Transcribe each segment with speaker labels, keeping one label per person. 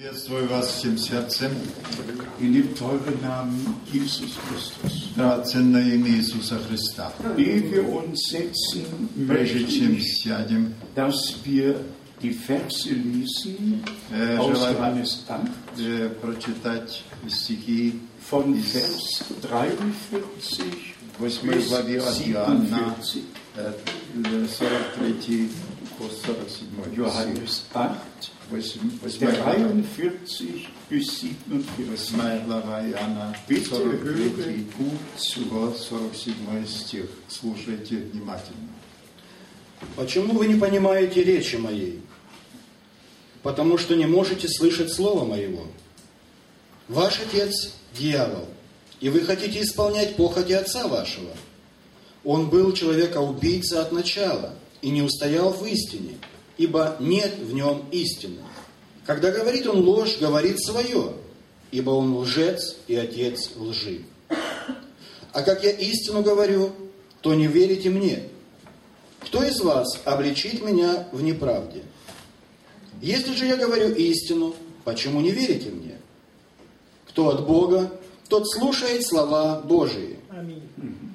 Speaker 1: Приветствую вас всем сердцем
Speaker 2: и лив teure Namen Jesus Christus.
Speaker 1: в драгоценное имя Иисуса Христа.
Speaker 2: Ehe wir uns setzen,
Speaker 1: Прежде
Speaker 2: möchte
Speaker 1: чем
Speaker 2: ich,
Speaker 1: сядем,
Speaker 2: dass wir die Verse lesen
Speaker 1: Äh,
Speaker 2: aus
Speaker 1: Johannes-
Speaker 2: Johannes 8
Speaker 1: э, прочитать стихи
Speaker 2: von
Speaker 1: Ist-
Speaker 2: Vers 43 bis
Speaker 1: 8 главе от Иоанна,
Speaker 2: 47.
Speaker 1: э, 43 по 47. Иоанна,
Speaker 2: Johannes 8,
Speaker 1: 8 глава.
Speaker 2: 43 bis 47.
Speaker 1: 8 глава Иоанна,
Speaker 2: Bitte höre
Speaker 1: 43 по 47 стих. Слушайте внимательно.
Speaker 3: Почему вы не понимаете речи моей? Потому что не можете слышать слова моего. Ваш отец – дьявол, и вы хотите исполнять похоти отца вашего. Он был человека-убийца от начала и не устоял в истине, ибо нет в нем истины. Когда говорит он ложь, говорит свое, ибо он лжец и отец лжи. А как я истину говорю, то не верите мне, кто из вас обличит меня в неправде? Если же я говорю истину, почему не верите мне? Кто от Бога, тот слушает слова Божии.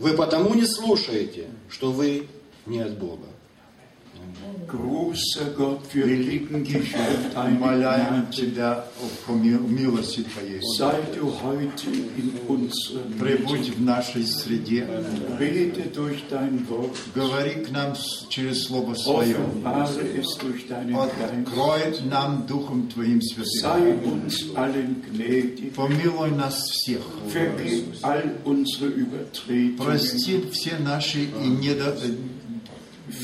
Speaker 3: Вы потому не слушаете, что вы не от Бога.
Speaker 2: Großer Gott, wir lieben dich und deine
Speaker 1: Умоляем
Speaker 2: Gnade.
Speaker 1: Тебя о поми- милости Твоей.
Speaker 2: Sei du heute in unserem
Speaker 1: Прибудь в нашей среде.
Speaker 2: Rede durch dein Wort,
Speaker 1: Говори к нам с- через Слово Свое.
Speaker 2: offenbare es durch deinen Geist.
Speaker 1: Открой нам Духом Твоим
Speaker 2: Sei
Speaker 1: Святым.
Speaker 2: uns allen gnädig,
Speaker 1: Помилуй нас всех.
Speaker 2: vergib all unsere Übertretungen,
Speaker 1: Прости все наши и недо- э, не-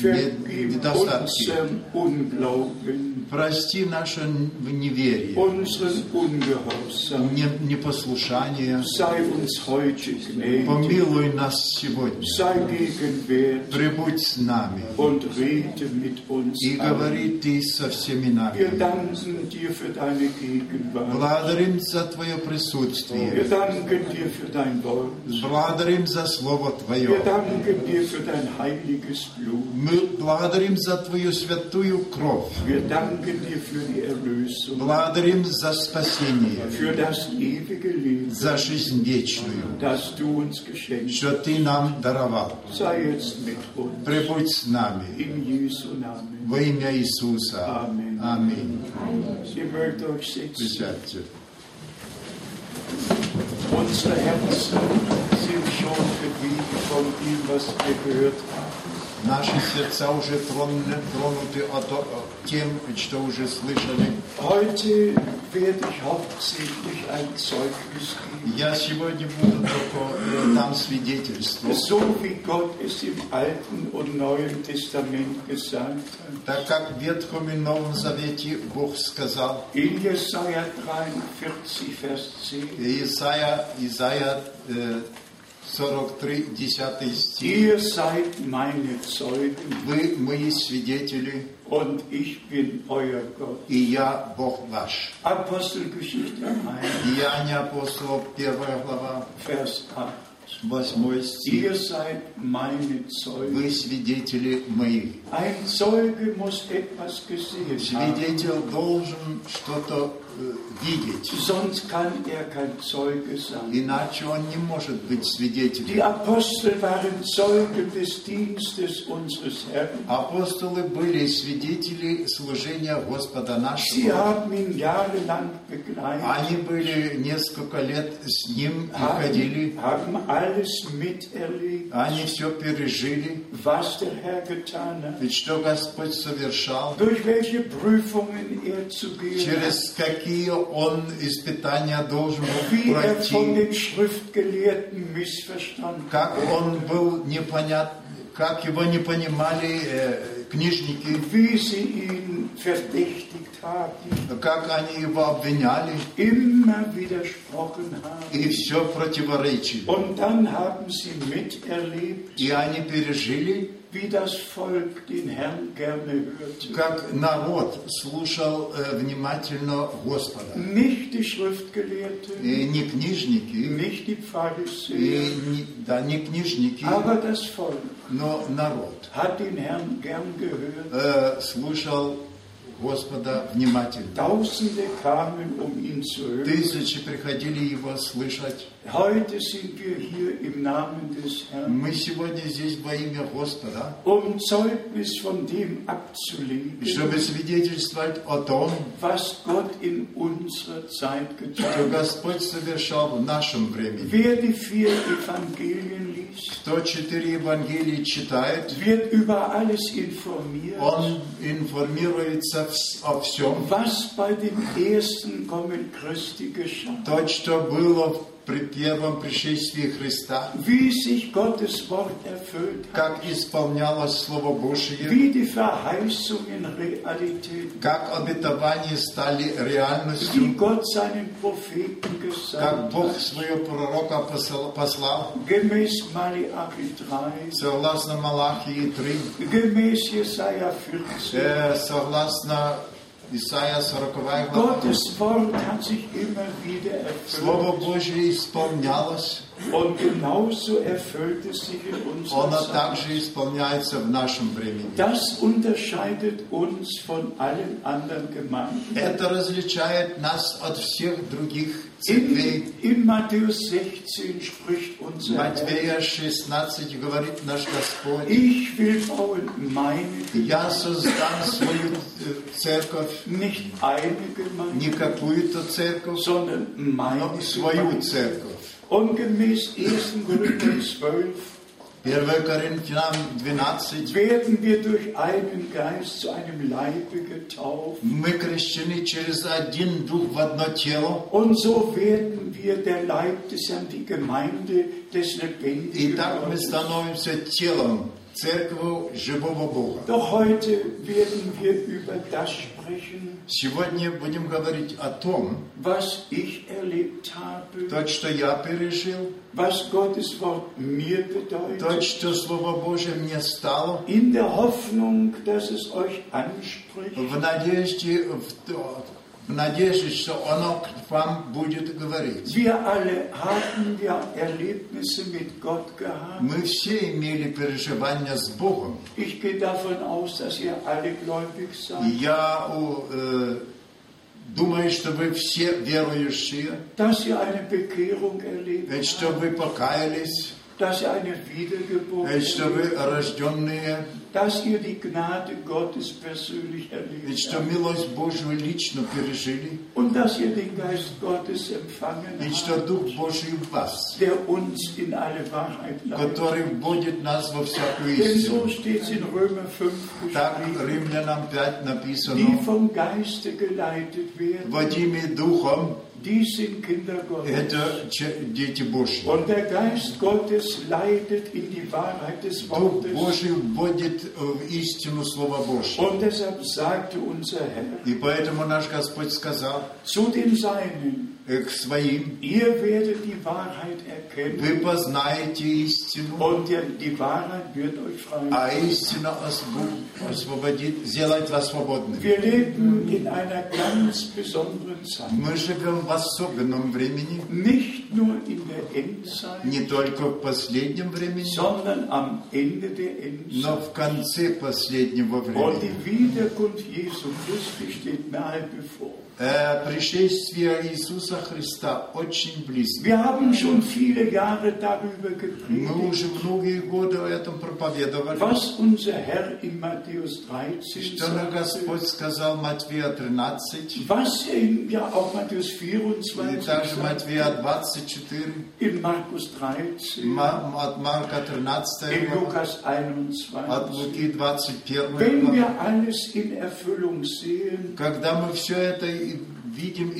Speaker 2: vergib
Speaker 1: недостатки.
Speaker 2: unseren Unglauben,
Speaker 1: Прости наше неверие,
Speaker 2: unseren Ungehorsam.
Speaker 1: не- непослушание.
Speaker 2: Sei uns heute gnädig,
Speaker 1: Помилуй нас сегодня.
Speaker 2: sei gegenwärtig
Speaker 1: Прибудь с нами
Speaker 2: und rede mit uns.
Speaker 1: и
Speaker 2: allen.
Speaker 1: говори Ты со всеми
Speaker 2: Wir
Speaker 1: нами.
Speaker 2: danken dir für deine Gegenwart.
Speaker 1: Благодарим за Твое
Speaker 2: Wir
Speaker 1: присутствие.
Speaker 2: danken dir für dein Wort.
Speaker 1: Благодарим за Слово
Speaker 2: Wir
Speaker 1: Твое.
Speaker 2: danken dir für dein heiliges Blut.
Speaker 1: Мы благодарим за Твою святую кровь.
Speaker 2: Wir danken dir für die Erlösung,
Speaker 1: Благодарим за спасение,
Speaker 2: für das ewige Leben,
Speaker 1: за жизнь вечную,
Speaker 2: das du uns geschenkt
Speaker 1: что Ты нам даровал.
Speaker 2: hast. Sei jetzt mit uns.
Speaker 1: Прибудь с нами
Speaker 2: In Jesu Namen.
Speaker 1: во имя Иисуса.
Speaker 2: Amen.
Speaker 1: Аминь.
Speaker 2: Ihr mögt euch sitzen.
Speaker 1: Присядьте.
Speaker 2: Unsere Herzen sind schon bewegt von dem, was wir gehört haben.
Speaker 1: Наши сердца уже тронуты, тронуты от- от тем, что уже слышали.
Speaker 2: Heute werde ich hauptsächlich ein Zeugnis geben.
Speaker 1: Я сегодня буду только э, там свидетельство.
Speaker 2: So wie Gott es im Alten und Neuen Testament gesagt hat.
Speaker 1: Так как в Ветхом и Новом Завете Бог сказал,
Speaker 2: In Jesaja 43, Vers 10.
Speaker 1: Исайя, Исайя э, 43, 10 стих.
Speaker 2: Ihr seid meine Zeugen
Speaker 1: Вы мои свидетели,
Speaker 2: und ich bin euer Gott.
Speaker 1: и я Бог ваш.
Speaker 2: Apostelgeschichte 1,
Speaker 1: Деяния апостолов, 1 глава,
Speaker 2: Vers 8.
Speaker 1: 8 стих.
Speaker 2: Ihr seid meine Zeugen.
Speaker 1: Вы свидетели мои.
Speaker 2: Ein Zeuge muss etwas gesehen haben.
Speaker 1: Свидетель должен что-то э, видеть,
Speaker 2: Sonst kann er kein Zeuge sein.
Speaker 1: иначе он не может быть
Speaker 2: Die
Speaker 1: свидетелем.
Speaker 2: Apostel waren Zeugen des Dienstes unseres Herrn.
Speaker 1: Апостолы были свидетели служения Господа
Speaker 2: Sie
Speaker 1: нашего.
Speaker 2: haben ihn jahrelang begleitet,
Speaker 1: Они были несколько лет с ним и ходили.
Speaker 2: haben, haben alles miterlebt,
Speaker 1: Они все пережили.
Speaker 2: was der Herr getan hat,
Speaker 1: Ведь что Господь совершал,
Speaker 2: durch welche Prüfungen er zu gehen hat,
Speaker 1: через какие он испытания должен
Speaker 2: wie
Speaker 1: был
Speaker 2: er von
Speaker 1: пройти,
Speaker 2: den Schriftgelehrten missverstanden
Speaker 1: как
Speaker 2: wurde,
Speaker 1: он был непонят, как его не понимали э, книжники,
Speaker 2: wie sie ihn verdächtigt haben,
Speaker 1: как они его обвиняли
Speaker 2: immer widersprochen haben.
Speaker 1: и все противоречили.
Speaker 2: Und dann haben sie miterlebt,
Speaker 1: И они пережили,
Speaker 2: wie das Volk den Herrn gerne hörte.
Speaker 1: как народ слушал э, внимательно Господа.
Speaker 2: Nicht die Schriftgelehrten,
Speaker 1: И не книжники,
Speaker 2: nicht die Pharisäer,
Speaker 1: и не- да не книжники,
Speaker 2: aber das Volk
Speaker 1: но народ
Speaker 2: hat den Herrn gern gehört,
Speaker 1: э, слушал Господа внимательно.
Speaker 2: Tausende kamen, um ihn zu hören.
Speaker 1: Тысячи приходили его слышать.
Speaker 2: Heute sind wir hier im Namen des Herrn,
Speaker 1: Мы сегодня здесь во имя Господа,
Speaker 2: um Zeugnis von dem abzulegen,
Speaker 1: чтобы свидетельствовать о том,
Speaker 2: was Gott in unserer Zeit
Speaker 1: что
Speaker 2: getan hat.
Speaker 1: Господь совершал в нашем времени.
Speaker 2: Wer die vier Evangelien liest,
Speaker 1: Кто четыре Евангелия читает,
Speaker 2: wird über alles informiert,
Speaker 1: он информируется вс- о всем,
Speaker 2: was bei dem ersten Kommen Christi geschah,
Speaker 1: то, что было в- при первом пришествии Христа,
Speaker 2: wie sich Gottes Wort erfüllt hat,
Speaker 1: как исполнялось Слово Божие,
Speaker 2: wie die Verheißungen Realität,
Speaker 1: как обетования стали
Speaker 2: wie
Speaker 1: реальностью,
Speaker 2: Gott seinen Propheten
Speaker 1: как
Speaker 2: gesandt
Speaker 1: Бог
Speaker 2: hat,
Speaker 1: своего пророка посыл- послал,
Speaker 2: gemäß Malachi 3,
Speaker 1: согласно Малахии 3,
Speaker 2: gemäß Jesaja 14.
Speaker 1: э, согласно Исаия 40 глава.
Speaker 2: Gottes Wort hat sich immer wieder erfüllt.
Speaker 1: Слово Божье исполнялось,
Speaker 2: Und genauso erfüllt es sich in
Speaker 1: оно
Speaker 2: unserer Zeit.
Speaker 1: также исполняется в нашем времени.
Speaker 2: Das unterscheidet uns von allen anderen Gemeinden.
Speaker 1: Это различает нас от всех других церквей.
Speaker 2: In, in Matthäus 16 spricht unser Herr,
Speaker 1: Матвея 16 говорит наш Господь,
Speaker 2: ich will bauen meine Gemeinde,
Speaker 1: я создам свою э, церковь,
Speaker 2: nicht eine
Speaker 1: не
Speaker 2: Gemeinde,
Speaker 1: какую-то церковь,
Speaker 2: sondern meine
Speaker 1: но свою
Speaker 2: Gemeinde.
Speaker 1: церковь.
Speaker 2: Und gemäß 1. Korinther 12
Speaker 1: 1 Коринфянам 12.
Speaker 2: werden wir durch einen Geist zu einem Leibe getauft.
Speaker 1: Мы крещены через один дух в одно тело,
Speaker 2: Und so werden wir der Leib des Herrn, die Gemeinde des
Speaker 1: и
Speaker 2: lebendigen
Speaker 1: так мы
Speaker 2: Gottes.
Speaker 1: становимся телом церкви живого Бога.
Speaker 2: Doch heute werden wir über das sprechen,
Speaker 1: Сегодня будем говорить о том,
Speaker 2: was ich erlebt habe,
Speaker 1: то, что я пережил,
Speaker 2: was Gottes Wort mir
Speaker 1: то,
Speaker 2: bedeutet,
Speaker 1: что Слово Божие мне стало,
Speaker 2: in der Hoffnung, dass es euch anspricht,
Speaker 1: в надежде, в, то- в надежде, что оно к вам будет говорить.
Speaker 2: wir alle haben ja Erlebnisse mit Gott gehabt.
Speaker 1: Мы все имели переживания с Богом.
Speaker 2: Ich gehe davon aus, dass ihr alle gläubig
Speaker 1: И
Speaker 2: seid,
Speaker 1: я о, э, думаю, что вы все верующие,
Speaker 2: dass ihr eine Bekehrung erlebt
Speaker 1: э, что
Speaker 2: habt,
Speaker 1: вы покаялись,
Speaker 2: dass ihr eine Wiedergeburt
Speaker 1: э, что
Speaker 2: erlebt
Speaker 1: вы рожденные,
Speaker 2: dass ihr die Gnade Gottes persönlich
Speaker 1: э,
Speaker 2: erlebt
Speaker 1: что
Speaker 2: habt.
Speaker 1: милость Божию лично пережили,
Speaker 2: Und dass ihr den Geist Gottes empfangen
Speaker 1: и что
Speaker 2: habt,
Speaker 1: Дух Божий в вас,
Speaker 2: der uns in alle Wahrheit leitet.
Speaker 1: который вводит нас во всякую
Speaker 2: Denn so
Speaker 1: истину.
Speaker 2: steht es in Römer 5
Speaker 1: Так
Speaker 2: geschrieben,
Speaker 1: Римлянам 5 написано,
Speaker 2: die vom Geiste geleitet werden,
Speaker 1: Вадиме Духом
Speaker 2: die sind Kinder Gottes.
Speaker 1: это че- дети Божьи.
Speaker 2: Und der Geist Gottes leitet in die Wahrheit des
Speaker 1: Дух
Speaker 2: Wortes.
Speaker 1: Божий вводит в истину Слова Божье.
Speaker 2: Und deshalb sagte unser Herr
Speaker 1: И поэтому наш Господь сказал
Speaker 2: zu den Seinen,
Speaker 1: э, к своим,
Speaker 2: ihr werdet die Wahrheit erkennen
Speaker 1: вы познаете истину,
Speaker 2: und der- die Wahrheit wird euch frei machen.
Speaker 1: а истина освоб- освободит, сделает вас свободными.
Speaker 2: Wir leben in einer ganz besonderen Zeit.
Speaker 1: Мы живем в особенном времени,
Speaker 2: Nicht nur in der Endzeit,
Speaker 1: не только в последнем времени,
Speaker 2: sondern am Ende der
Speaker 1: но
Speaker 2: Endzeit.
Speaker 1: в конце последнего
Speaker 2: Und
Speaker 1: времени.
Speaker 2: die Wiederkunft Jesu Christi steht nahe bevor.
Speaker 1: Э, Пришествие Иисуса Христа очень близко.
Speaker 2: Wir haben schon viele Jahre darüber
Speaker 1: Мы
Speaker 2: gepredigt,
Speaker 1: уже многие годы о этом проповедовали.
Speaker 2: was unser Herr in Matthäus 13
Speaker 1: Что нам
Speaker 2: sagte,
Speaker 1: Господь сказал Матвея 13,
Speaker 2: was er in, ja auch Matthäus
Speaker 1: и
Speaker 2: 24
Speaker 1: также
Speaker 2: sagt,
Speaker 1: Матвея 24,
Speaker 2: in Markus 13,
Speaker 1: Ма- от Марка 13,
Speaker 2: in
Speaker 1: глава,
Speaker 2: Lukas
Speaker 1: от
Speaker 2: 21.
Speaker 1: Луки 21.
Speaker 2: Wenn
Speaker 1: глава.
Speaker 2: wir alles in Erfüllung sehen,
Speaker 1: Когда мы все это и видим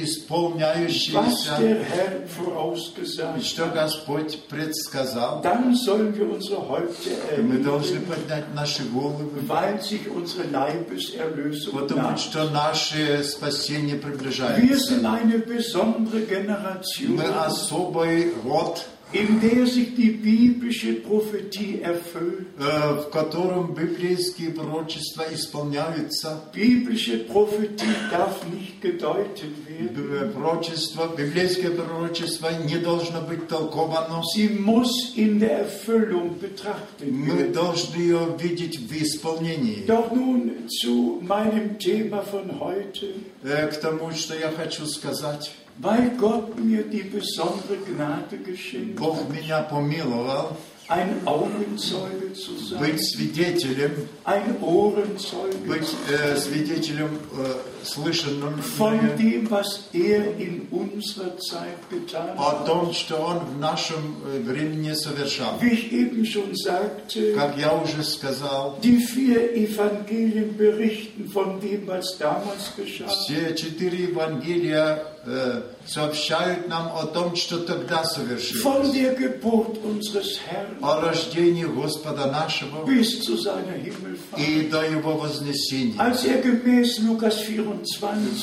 Speaker 2: was
Speaker 1: исполняющееся,
Speaker 2: der Herr
Speaker 1: и
Speaker 2: vorausgesagt
Speaker 1: что
Speaker 2: hat,
Speaker 1: Господь предсказал,
Speaker 2: dann sollen wir unsere Häupter
Speaker 1: мы должны
Speaker 2: erheben,
Speaker 1: поднять наши головы,
Speaker 2: weil sich unsere Leibeserlösung
Speaker 1: потому
Speaker 2: naht.
Speaker 1: что наше спасение
Speaker 2: Wir
Speaker 1: приближается.
Speaker 2: sind eine besondere Generation,
Speaker 1: Мы особый род,
Speaker 2: in der sich die biblische Prophetie erfüllt.
Speaker 1: э, в котором библейские пророчества исполняются.
Speaker 2: Biblische Prophetie darf nicht gedeutet werden.
Speaker 1: Б- Пророчество, библейское пророчество не должно быть толковано.
Speaker 2: Sie muss in der Erfüllung betrachtet
Speaker 1: Мы
Speaker 2: werden.
Speaker 1: должны ее видеть в исполнении.
Speaker 2: Doch nun zu meinem Thema von heute.
Speaker 1: Э, К тому, что я хочу сказать.
Speaker 2: Weil Gott mir die besondere Gnade geschenkt hat,
Speaker 1: Бог меня помиловал
Speaker 2: ein Augenzeuge zu sein,
Speaker 1: быть свидетелем,
Speaker 2: ein Ohrenzeuge
Speaker 1: быть э, свидетелем э, слышанным
Speaker 2: von
Speaker 1: мною
Speaker 2: dem, was er in unserer Zeit getan hat.
Speaker 1: о том, что Он в нашем э, времени совершал.
Speaker 2: Wie ich eben schon sagte,
Speaker 1: Как я уже сказал,
Speaker 2: die vier Evangelien berichten von dem, was damals geschah.
Speaker 1: Все четыре Евангелия э, сообщают нам о том, что тогда
Speaker 2: Von
Speaker 1: совершилось.
Speaker 2: der Geburt unseres Herrn
Speaker 1: О рождении Господа нашего
Speaker 2: bis zu seiner Himmelfahrt.
Speaker 1: и до Его вознесения.
Speaker 2: Als er gemäß Lukas 24,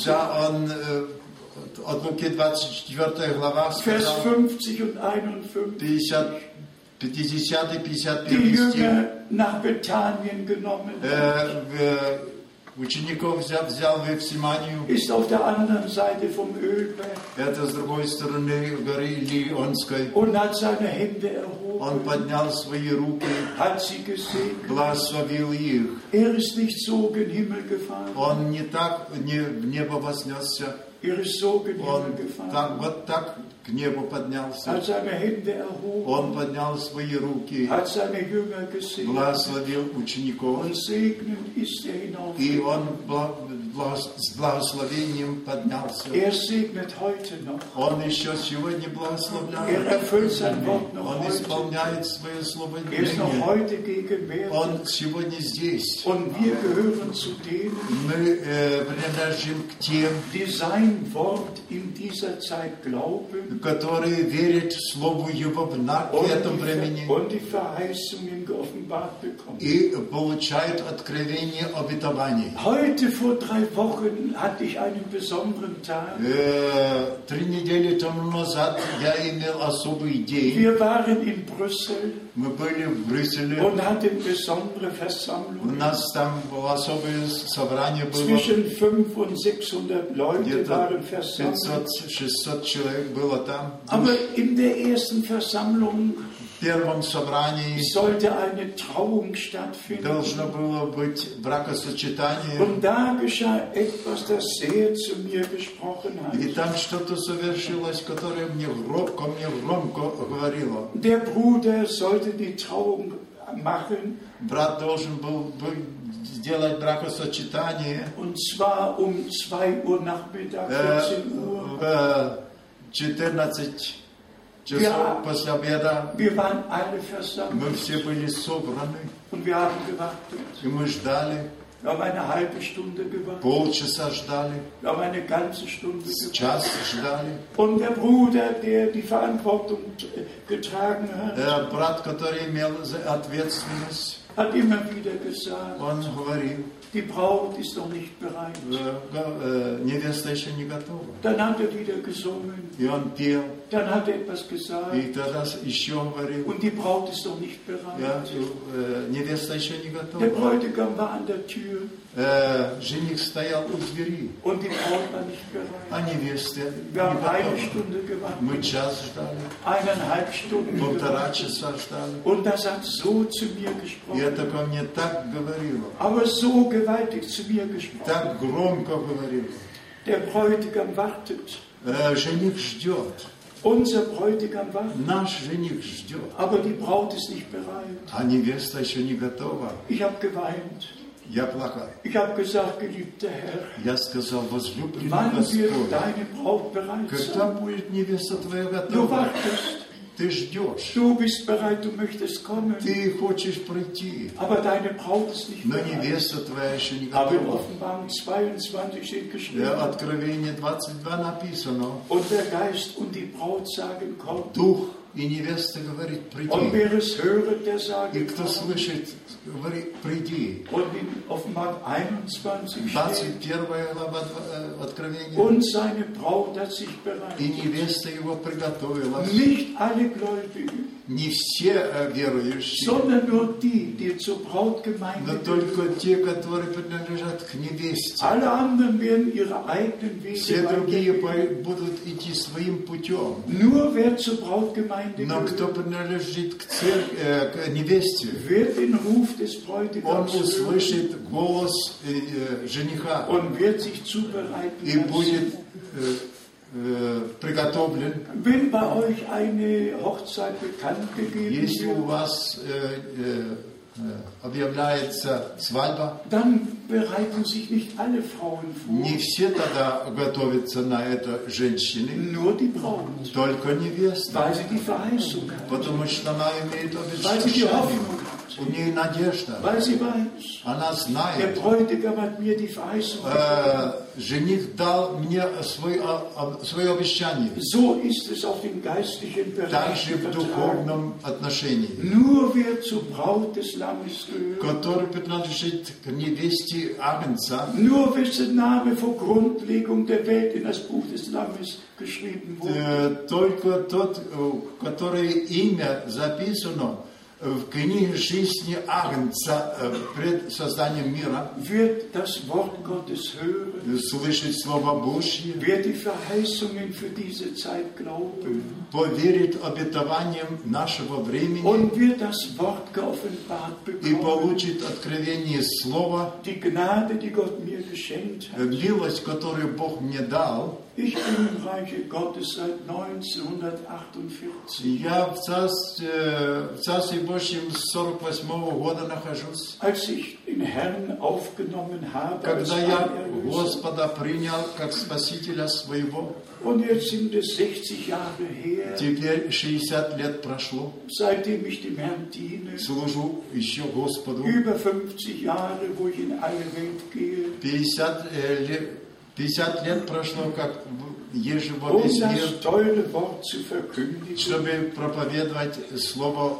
Speaker 1: Да, он э, от Луки 24 глава
Speaker 2: Vers
Speaker 1: сказал,
Speaker 2: 50 und 51,
Speaker 1: 50, 50 и
Speaker 2: die
Speaker 1: 51 стих,
Speaker 2: Jünger nach Bethanien genommen hat,
Speaker 1: э, в, э, учеников взял, взял в Евсиманию,
Speaker 2: ist auf der anderen Seite vom Ölberg
Speaker 1: это с другой стороны горы Лионской.
Speaker 2: und hat seine Hände
Speaker 1: Он
Speaker 2: erhoben,
Speaker 1: поднял свои руки,
Speaker 2: hat sie gesegnet.
Speaker 1: благословил их.
Speaker 2: Er ist nicht so gen Himmel gefahren,
Speaker 1: Он не так не, в небо вознесся,
Speaker 2: er ist so gen
Speaker 1: он
Speaker 2: Himmel
Speaker 1: так,
Speaker 2: gefahren,
Speaker 1: вот так к небу поднялся.
Speaker 2: hat seine Hände erhoben,
Speaker 1: Он поднял свои руки,
Speaker 2: hat seine Jünger gesegnet.
Speaker 1: благословил учеников,
Speaker 2: Und segnend ist er hinauf.
Speaker 1: и он бла- бла- с благословением поднялся.
Speaker 2: Er segnet heute noch.
Speaker 1: Он еще сегодня
Speaker 2: Er
Speaker 1: благословляет,
Speaker 2: erfüllt sein Wort noch
Speaker 1: он
Speaker 2: heute.
Speaker 1: исполняет свое слово
Speaker 2: Er ist noch
Speaker 1: дня.
Speaker 2: heute gegenwärtig.
Speaker 1: Он сегодня здесь.
Speaker 2: Und wir gehören zu denen,
Speaker 1: Мы э, принадлежим к тем,
Speaker 2: die sein Wort in dieser Zeit glauben
Speaker 1: которые верят Слову Его в, на- в
Speaker 2: und
Speaker 1: этом
Speaker 2: die,
Speaker 1: времени.
Speaker 2: und die Verheißungen geoffenbart bekommen.
Speaker 1: и получают откровение обетований.
Speaker 2: Heute vor drei Wochen hatte ich einen besonderen Tag.
Speaker 1: Э, Три недели тому назад я имел особый день.
Speaker 2: Wir waren in Brüssel
Speaker 1: Мы были в Брюсселе.
Speaker 2: und hatten besondere
Speaker 1: У
Speaker 2: Versammlungen.
Speaker 1: нас там было особое собрание было.
Speaker 2: Zwischen 500 und 600 Leute
Speaker 1: Где-то
Speaker 2: waren versammelt.
Speaker 1: 500-600 человек было там.
Speaker 2: Aber in der ersten Versammlung
Speaker 1: В первом собрании
Speaker 2: sollte eine Trauung stattfinden.
Speaker 1: должно было быть бракосочетание.
Speaker 2: Und da geschah etwas, das sehr zu mir gesprochen hat.
Speaker 1: И там что-то совершилось, которое мне громко, мне громко говорило.
Speaker 2: Der Bruder sollte die Trauung machen,
Speaker 1: Брат должен был бы сделать бракосочетание.
Speaker 2: und zwar um 2 Uhr Nachmittag,
Speaker 1: Э,
Speaker 2: 14 Uhr.
Speaker 1: в 14
Speaker 2: Я-
Speaker 1: часов после обеда
Speaker 2: Wir waren alle versammelt
Speaker 1: мы все были собраны,
Speaker 2: und wir haben gewartet.
Speaker 1: и мы ждали,
Speaker 2: Wir haben eine halbe Stunde gewartet,
Speaker 1: полчаса ждали,
Speaker 2: wir haben eine ganze Stunde gewartet.
Speaker 1: час ждали.
Speaker 2: Und der Bruder, der die Verantwortung äh, getragen hat,
Speaker 1: Э, Брат, который имел за ответственность,
Speaker 2: hat immer wieder gesagt,
Speaker 1: он говорил,
Speaker 2: die Braut ist noch nicht bereit.
Speaker 1: э, го- э, невеста еще не готова.
Speaker 2: Dann hat er wieder gesungen,
Speaker 1: И он пел,
Speaker 2: dann hat er etwas gesagt
Speaker 1: и тогда с- еще говорил,
Speaker 2: und die Braut ist noch nicht
Speaker 1: «Я,
Speaker 2: bereit.
Speaker 1: э, невеста еще не
Speaker 2: Der
Speaker 1: готова.
Speaker 2: Bräutigam war an der Tür
Speaker 1: Э, Жених стоял у двери,
Speaker 2: und die Braut war nicht bereit.
Speaker 1: а невеста не
Speaker 2: Wir haben eine
Speaker 1: готова.
Speaker 2: Stunde gewartet,
Speaker 1: Мы час ждали,
Speaker 2: eineinhalb Stunden
Speaker 1: полтора
Speaker 2: gewartet.
Speaker 1: часа ждали.
Speaker 2: Und das hat so zu mir
Speaker 1: И это
Speaker 2: gesprochen,
Speaker 1: ко мне так говорило,
Speaker 2: aber so gewaltig zu mir gesprochen.
Speaker 1: так громко говорило.
Speaker 2: Der Bräutigam wartet,
Speaker 1: Э, жених ждет,
Speaker 2: unser Bräutigam wartet,
Speaker 1: наш жених ждет,
Speaker 2: aber die Braut ist nicht bereit.
Speaker 1: а невеста еще не готова.
Speaker 2: Ich habe geweint.
Speaker 1: Я плакал.
Speaker 2: Ich habe gesagt, geliebter Herr,
Speaker 1: Я сказал, возлюбленный
Speaker 2: wann wird
Speaker 1: Господь,
Speaker 2: deine Braut bereit sein?
Speaker 1: когда будет невеста твоя
Speaker 2: Du
Speaker 1: готова?
Speaker 2: wartest,
Speaker 1: Ты ждешь,
Speaker 2: du bist bereit, du möchtest kommen,
Speaker 1: ты хочешь прийти,
Speaker 2: aber deine Braut ist nicht
Speaker 1: но
Speaker 2: bereit.
Speaker 1: невеста твоя еще не
Speaker 2: Aber in
Speaker 1: готова.
Speaker 2: Offenbarung 22 steht
Speaker 1: Э,
Speaker 2: geschrieben,
Speaker 1: Откровение 22 написано,
Speaker 2: und der Geist und die Braut sagen, komm,
Speaker 1: Дух И невеста говорит, приди.
Speaker 2: Und wer es höret, der
Speaker 1: И
Speaker 2: sage,
Speaker 1: кто слышит, говорит, приди.
Speaker 2: und in Offenbarung 21 steht,
Speaker 1: 21 глава э, Откровения.
Speaker 2: und seine Braut hat sich bereit.
Speaker 1: И невеста его приготовила.
Speaker 2: Nicht alle Gläubigen,
Speaker 1: Не все э, верующие,
Speaker 2: sondern nur die, die zur
Speaker 1: но
Speaker 2: Brautgemeinde gehören.
Speaker 1: только те, которые принадлежат к невесте.
Speaker 2: Alle anderen werden ihre eigenen Wege
Speaker 1: Все другие
Speaker 2: weitergehen.
Speaker 1: по- будут идти своим путем.
Speaker 2: Nur wer zur Brautgemeinde
Speaker 1: Но кто
Speaker 2: gehört,
Speaker 1: принадлежит к, цер- э, к невесте,
Speaker 2: wird den Ruf des
Speaker 1: он
Speaker 2: Bräutigams hören
Speaker 1: услышит голос э, э, жениха
Speaker 2: und wird sich zubereiten.
Speaker 1: и будет
Speaker 2: lassen.
Speaker 1: э, э, приготовлен.
Speaker 2: Wenn bei euch eine Hochzeit bekannt gegeben
Speaker 1: Если у
Speaker 2: wird,
Speaker 1: вас э, э, э, объявляется свадьба,
Speaker 2: dann bereiten sich nicht alle Frauen vor,
Speaker 1: не все тогда готовятся на это женщины,
Speaker 2: nur die Braut,
Speaker 1: только невеста,
Speaker 2: weil sie die Verheißung hat,
Speaker 1: потому что она имеет
Speaker 2: weil sie die
Speaker 1: обещание,
Speaker 2: Hoffnung hat,
Speaker 1: у нее надежда,
Speaker 2: weil sie weiß,
Speaker 1: она
Speaker 2: der
Speaker 1: знает,
Speaker 2: Bräutigam hat mir die Verheißung gegeben.
Speaker 1: Э, жених дал мне свой, а, а, свое обещание,
Speaker 2: So ist es auf dem geistlichen Bereich
Speaker 1: также в
Speaker 2: übertragen.
Speaker 1: духовном отношении,
Speaker 2: Nur wer zur Braut des Lammes gehört,
Speaker 1: который принадлежит к невесте Агнца,
Speaker 2: nur wessen Name vor Grundlegung der Welt in das Buch des Lammes geschrieben wurde,
Speaker 1: Э, только тот, э, которое имя записано в книге жизни Агнца э, пред созданием мира,
Speaker 2: wird das Wort Gottes hören,
Speaker 1: э, слышит Слово Божье,
Speaker 2: wird die Verheißungen für diese Zeit glauben
Speaker 1: поверит обетованиям нашего времени
Speaker 2: und wird das Wort geoffenbart
Speaker 1: и
Speaker 2: bekommen.
Speaker 1: получит откровение Слова,
Speaker 2: Die Gnade, die Gott mir geschenkt
Speaker 1: э,
Speaker 2: hat.
Speaker 1: милость, которую Бог мне дал,
Speaker 2: Ich bin im Reiche Gottes seit 1948.
Speaker 1: Я в царстве, э, в царстве Божьем с 48 года нахожусь.
Speaker 2: Als ich den Herrn aufgenommen habe, als
Speaker 1: Когда я
Speaker 2: Allerhöchster.
Speaker 1: Господа принял как Спасителя своего,
Speaker 2: und jetzt sind es 60 Jahre her,
Speaker 1: теперь 60 лет прошло,
Speaker 2: seitdem ich dem Herrn diene,
Speaker 1: служу еще Господу.
Speaker 2: über 50 Jahre, wo ich in alle Welt gehe,
Speaker 1: 50 лет, 50 э, лет прошло, как в- езжу во
Speaker 2: um
Speaker 1: весь мир,
Speaker 2: das teure Wort zu verkündigen.
Speaker 1: чтобы проповедовать Слово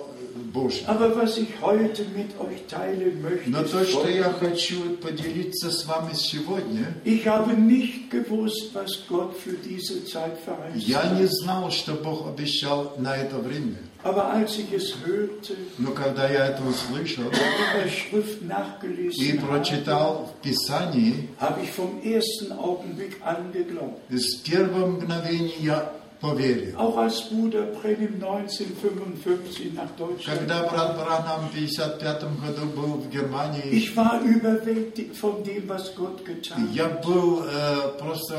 Speaker 1: Божье.
Speaker 2: Aber was ich heute mit euch teilen möchte,
Speaker 1: Но то,
Speaker 2: ist
Speaker 1: что я
Speaker 2: folgendes.
Speaker 1: хочу поделиться с вами сегодня,
Speaker 2: ich habe nicht gewusst, was Gott für diese Zeit verheißt
Speaker 1: я
Speaker 2: hat.
Speaker 1: не знал, что Бог обещал на это время.
Speaker 2: Aber als ich es hörte
Speaker 1: Но когда я это услышал
Speaker 2: in der Schrift
Speaker 1: и
Speaker 2: nachgelesen habe,
Speaker 1: прочитал в Писании,
Speaker 2: habe ich vom ersten Augenblick an geglaubt.
Speaker 1: с первого мгновения я поверил.
Speaker 2: Auch als Bruder Brenim 1955 nach Deutschland
Speaker 1: Когда брат
Speaker 2: kam,
Speaker 1: Бранам в 55 году был в Германии,
Speaker 2: ich war überwältigt von dem, was Gott getan hat.
Speaker 1: я был э, просто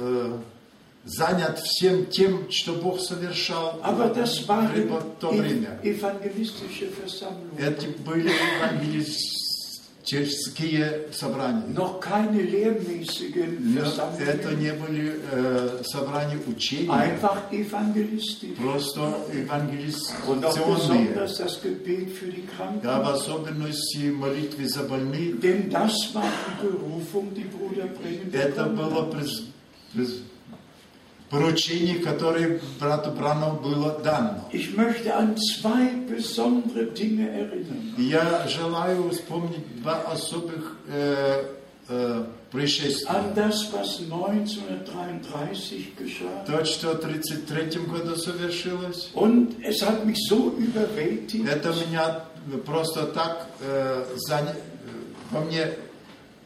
Speaker 1: э, занят всем тем, что Бог совершал
Speaker 2: Aber das waren
Speaker 1: в то время.
Speaker 2: evangelistische Versammlungen,
Speaker 1: Эти были евангелические собрания.
Speaker 2: noch keine lehrmäßigen
Speaker 1: Но это
Speaker 2: Versammlungen,
Speaker 1: не были э, собрания
Speaker 2: А
Speaker 1: учения,
Speaker 2: einfach evangelistisch.
Speaker 1: просто
Speaker 2: Und auch
Speaker 1: евангелизационные.
Speaker 2: besonders das Gebet für die Kranken.
Speaker 1: Да, в особенности молитвы за больных.
Speaker 2: Denn das war die Berufung, die Bruder Brenim
Speaker 1: Это
Speaker 2: bekommen
Speaker 1: было
Speaker 2: hat.
Speaker 1: приз- приз- поручение, которое брату Брану было дано.
Speaker 2: Ich möchte an zwei besondere Dinge erinnern.
Speaker 1: Я желаю вспомнить два особых э, э,
Speaker 2: An
Speaker 1: происшествия.
Speaker 2: das, was 1933 geschah.
Speaker 1: То, что в 1933 году совершилось,
Speaker 2: Und es hat mich so überwältigt,
Speaker 1: это меня просто так э, заня- э, во мне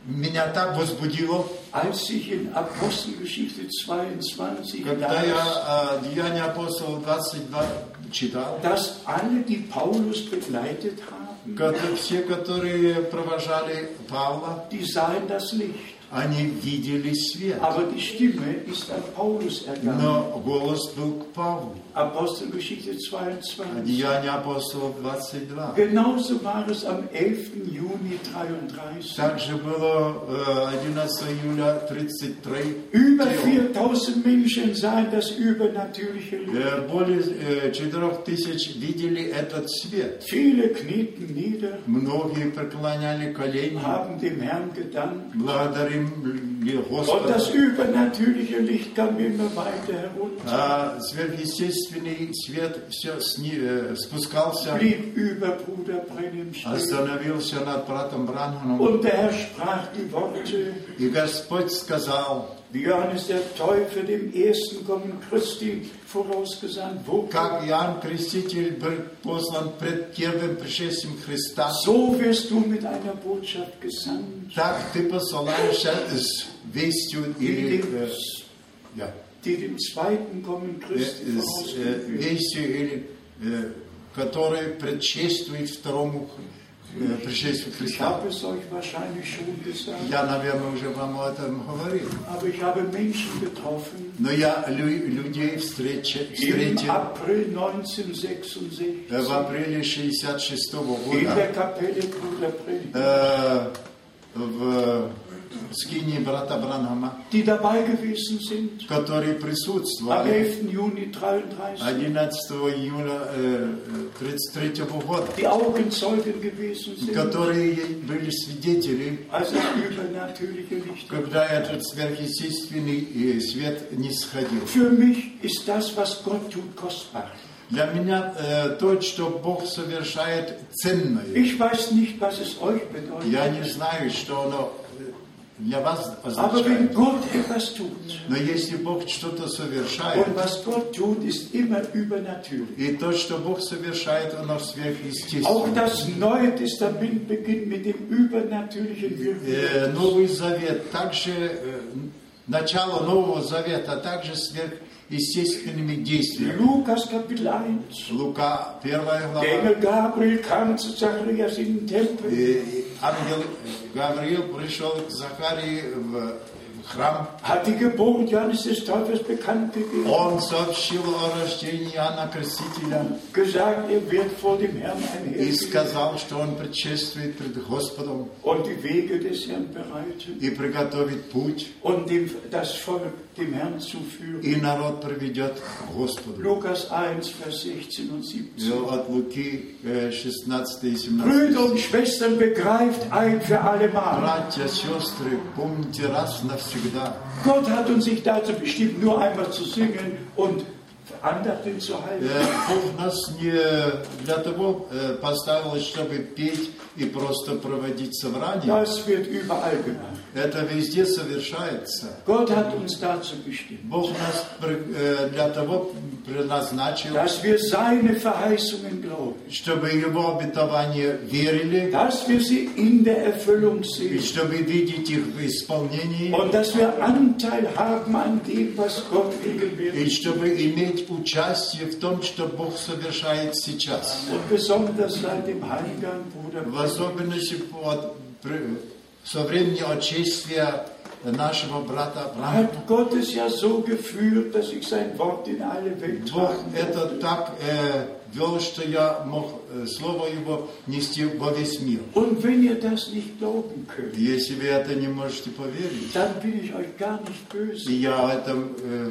Speaker 1: меня так возбудило,
Speaker 2: als ich in Apostelgeschichte 22
Speaker 1: когда
Speaker 2: las,
Speaker 1: я э, Деяния апостола 22 читал.
Speaker 2: dass alle, die Paulus begleitet haben,
Speaker 1: Кото- Все, которые провожали Павла,
Speaker 2: die sahen das Licht.
Speaker 1: они видели свет.
Speaker 2: Aber die Stimme ist an Paulus ergangen.
Speaker 1: Но голос был к Павлу.
Speaker 2: Apostelgeschichte 22.
Speaker 1: Деяния апостолов 22.
Speaker 2: Genauso war es am 11. Juni 33.
Speaker 1: Также было э, 11 июля 33.
Speaker 2: Über 4000 Menschen sahen das übernatürliche Licht.
Speaker 1: Э, Более э, 4000 видели этот свет.
Speaker 2: Viele knieten nieder,
Speaker 1: Многие преклоняли колени.
Speaker 2: haben dem Herrn gedankt.
Speaker 1: Благодарим wir
Speaker 2: Und das
Speaker 1: Господа.
Speaker 2: übernatürliche Licht kam immer weiter herunter,
Speaker 1: А сверхъестественный свет все сни, э, спускался,
Speaker 2: blieb über Bruder Brennem
Speaker 1: Also-
Speaker 2: stehen.
Speaker 1: остановился над братом Бранханом.
Speaker 2: Und der Herr sprach die Worte,
Speaker 1: И Господь сказал,
Speaker 2: wie Johannes der Täufer dem ersten Kommen Christi vorausgesandt
Speaker 1: как
Speaker 2: wurde,
Speaker 1: Иоанн Креститель был послан пред первым пришествием Христа,
Speaker 2: so wirst du mit einer Botschaft gesandt,
Speaker 1: так ты посылаешься с вестью или э, да,
Speaker 2: die dem zweiten Kommen
Speaker 1: э,
Speaker 2: Christi
Speaker 1: с э,
Speaker 2: vorausgesandt wird.
Speaker 1: вестью или э, которая предшествует второму э, пришествию
Speaker 2: Ich
Speaker 1: Христа.
Speaker 2: habe es euch wahrscheinlich schon gesagt,
Speaker 1: Я, наверное, уже вам об этом говорил.
Speaker 2: aber ich habe Menschen getroffen
Speaker 1: Но я лю- людей встреча-
Speaker 2: im
Speaker 1: встретил
Speaker 2: April 1966
Speaker 1: э, в апреле 66
Speaker 2: in
Speaker 1: года
Speaker 2: der Kapelle Bruder Brennem,
Speaker 1: э, в скине брата Бранхама,
Speaker 2: die dabei gewesen sind
Speaker 1: которые
Speaker 2: am
Speaker 1: присутствовали
Speaker 2: 11. Juni 1933,
Speaker 1: 11 июля э, 1933 года,
Speaker 2: die Augenzeugen gewesen sind,
Speaker 1: которые были свидетели,
Speaker 2: als das übernatürliche Licht.
Speaker 1: когда этот сверхъестественный э, свет не сходил.
Speaker 2: Für mich ist das, was Gott tut, kostbar.
Speaker 1: Для меня э, то, что Бог совершает, ценное.
Speaker 2: Ich weiß nicht, was es euch bedeutet,
Speaker 1: Я не знаю, что оно э, для вас
Speaker 2: aber wenn
Speaker 1: означает.
Speaker 2: Gott etwas tut,
Speaker 1: Но если Бог что-то совершает,
Speaker 2: und was Gott tut, ist immer übernatürlich.
Speaker 1: и то, что Бог совершает, оно
Speaker 2: Auch
Speaker 1: сверхъестественно.
Speaker 2: das Neue Testament beginnt mit dem übernatürlichen Wirken.
Speaker 1: Э, Новый Завет, также э, начало Нового Завета, а также сверхъестественными действиями.
Speaker 2: Lukas Kapitel 1.
Speaker 1: Лука, первая глава.
Speaker 2: Der Engel Gabriel kam zu Zacharias in den
Speaker 1: Э,
Speaker 2: Tempel,
Speaker 1: и Ангел э, Гавриил пришел к Захарии в в храм.
Speaker 2: hat die Geburt Johannes des Täufers bekannt gegeben,
Speaker 1: Он сообщил о рождении Иоанна Крестителя
Speaker 2: gesagt, er wird vor dem Herrn
Speaker 1: и
Speaker 2: einhergehen
Speaker 1: сказал, что он предшествует пред Господом
Speaker 2: und die Wege des Herrn bereiten
Speaker 1: и приготовит путь,
Speaker 2: und dem, das Volk dem Herrn zuführen.
Speaker 1: и народ приведет к Господу.
Speaker 2: Lukas 1, Vers 16 und
Speaker 1: Э,
Speaker 2: 17.
Speaker 1: От Луки э, 16 и 17.
Speaker 2: Brüder und Schwestern, begreift ein für alle Mal.
Speaker 1: Братья, сестры, помните раз навсегда.
Speaker 2: Gott hat uns nicht dazu bestimmt, nur einmal zu singen und Andachten zu halten.
Speaker 1: Э, Бог нас не для того э, поставил, чтобы петь и просто проводить собрания.
Speaker 2: Das wird überall gemacht.
Speaker 1: Это везде совершается.
Speaker 2: Gott hat uns dazu bestimmt,
Speaker 1: Бог нас при- э, для того предназначил,
Speaker 2: dass wir seine Verheißungen glauben,
Speaker 1: чтобы Его обетование верили,
Speaker 2: dass wir sie in der Erfüllung
Speaker 1: и
Speaker 2: sehen
Speaker 1: чтобы видеть их в исполнении,
Speaker 2: und dass wir Anteil haben an dem, was Gott regeln
Speaker 1: и
Speaker 2: will.
Speaker 1: чтобы иметь участие в том, что Бог совершает сейчас.
Speaker 2: Und besonders seit dem Heimgang Bruder
Speaker 1: В особенности от- при- со времени отчествия нашего брата Авраама.
Speaker 2: hat Gott es ja so geführt, dass ich sein Wort in alle Welt
Speaker 1: Бог
Speaker 2: tragen
Speaker 1: это
Speaker 2: konnte.
Speaker 1: так э, вел, что я мог э, Слово Его нести во весь мир.
Speaker 2: Und wenn ihr das nicht glauben könnt,
Speaker 1: Если вы это не можете поверить,
Speaker 2: dann bin ich euch gar nicht
Speaker 1: и
Speaker 2: böse.
Speaker 1: я в этом, э,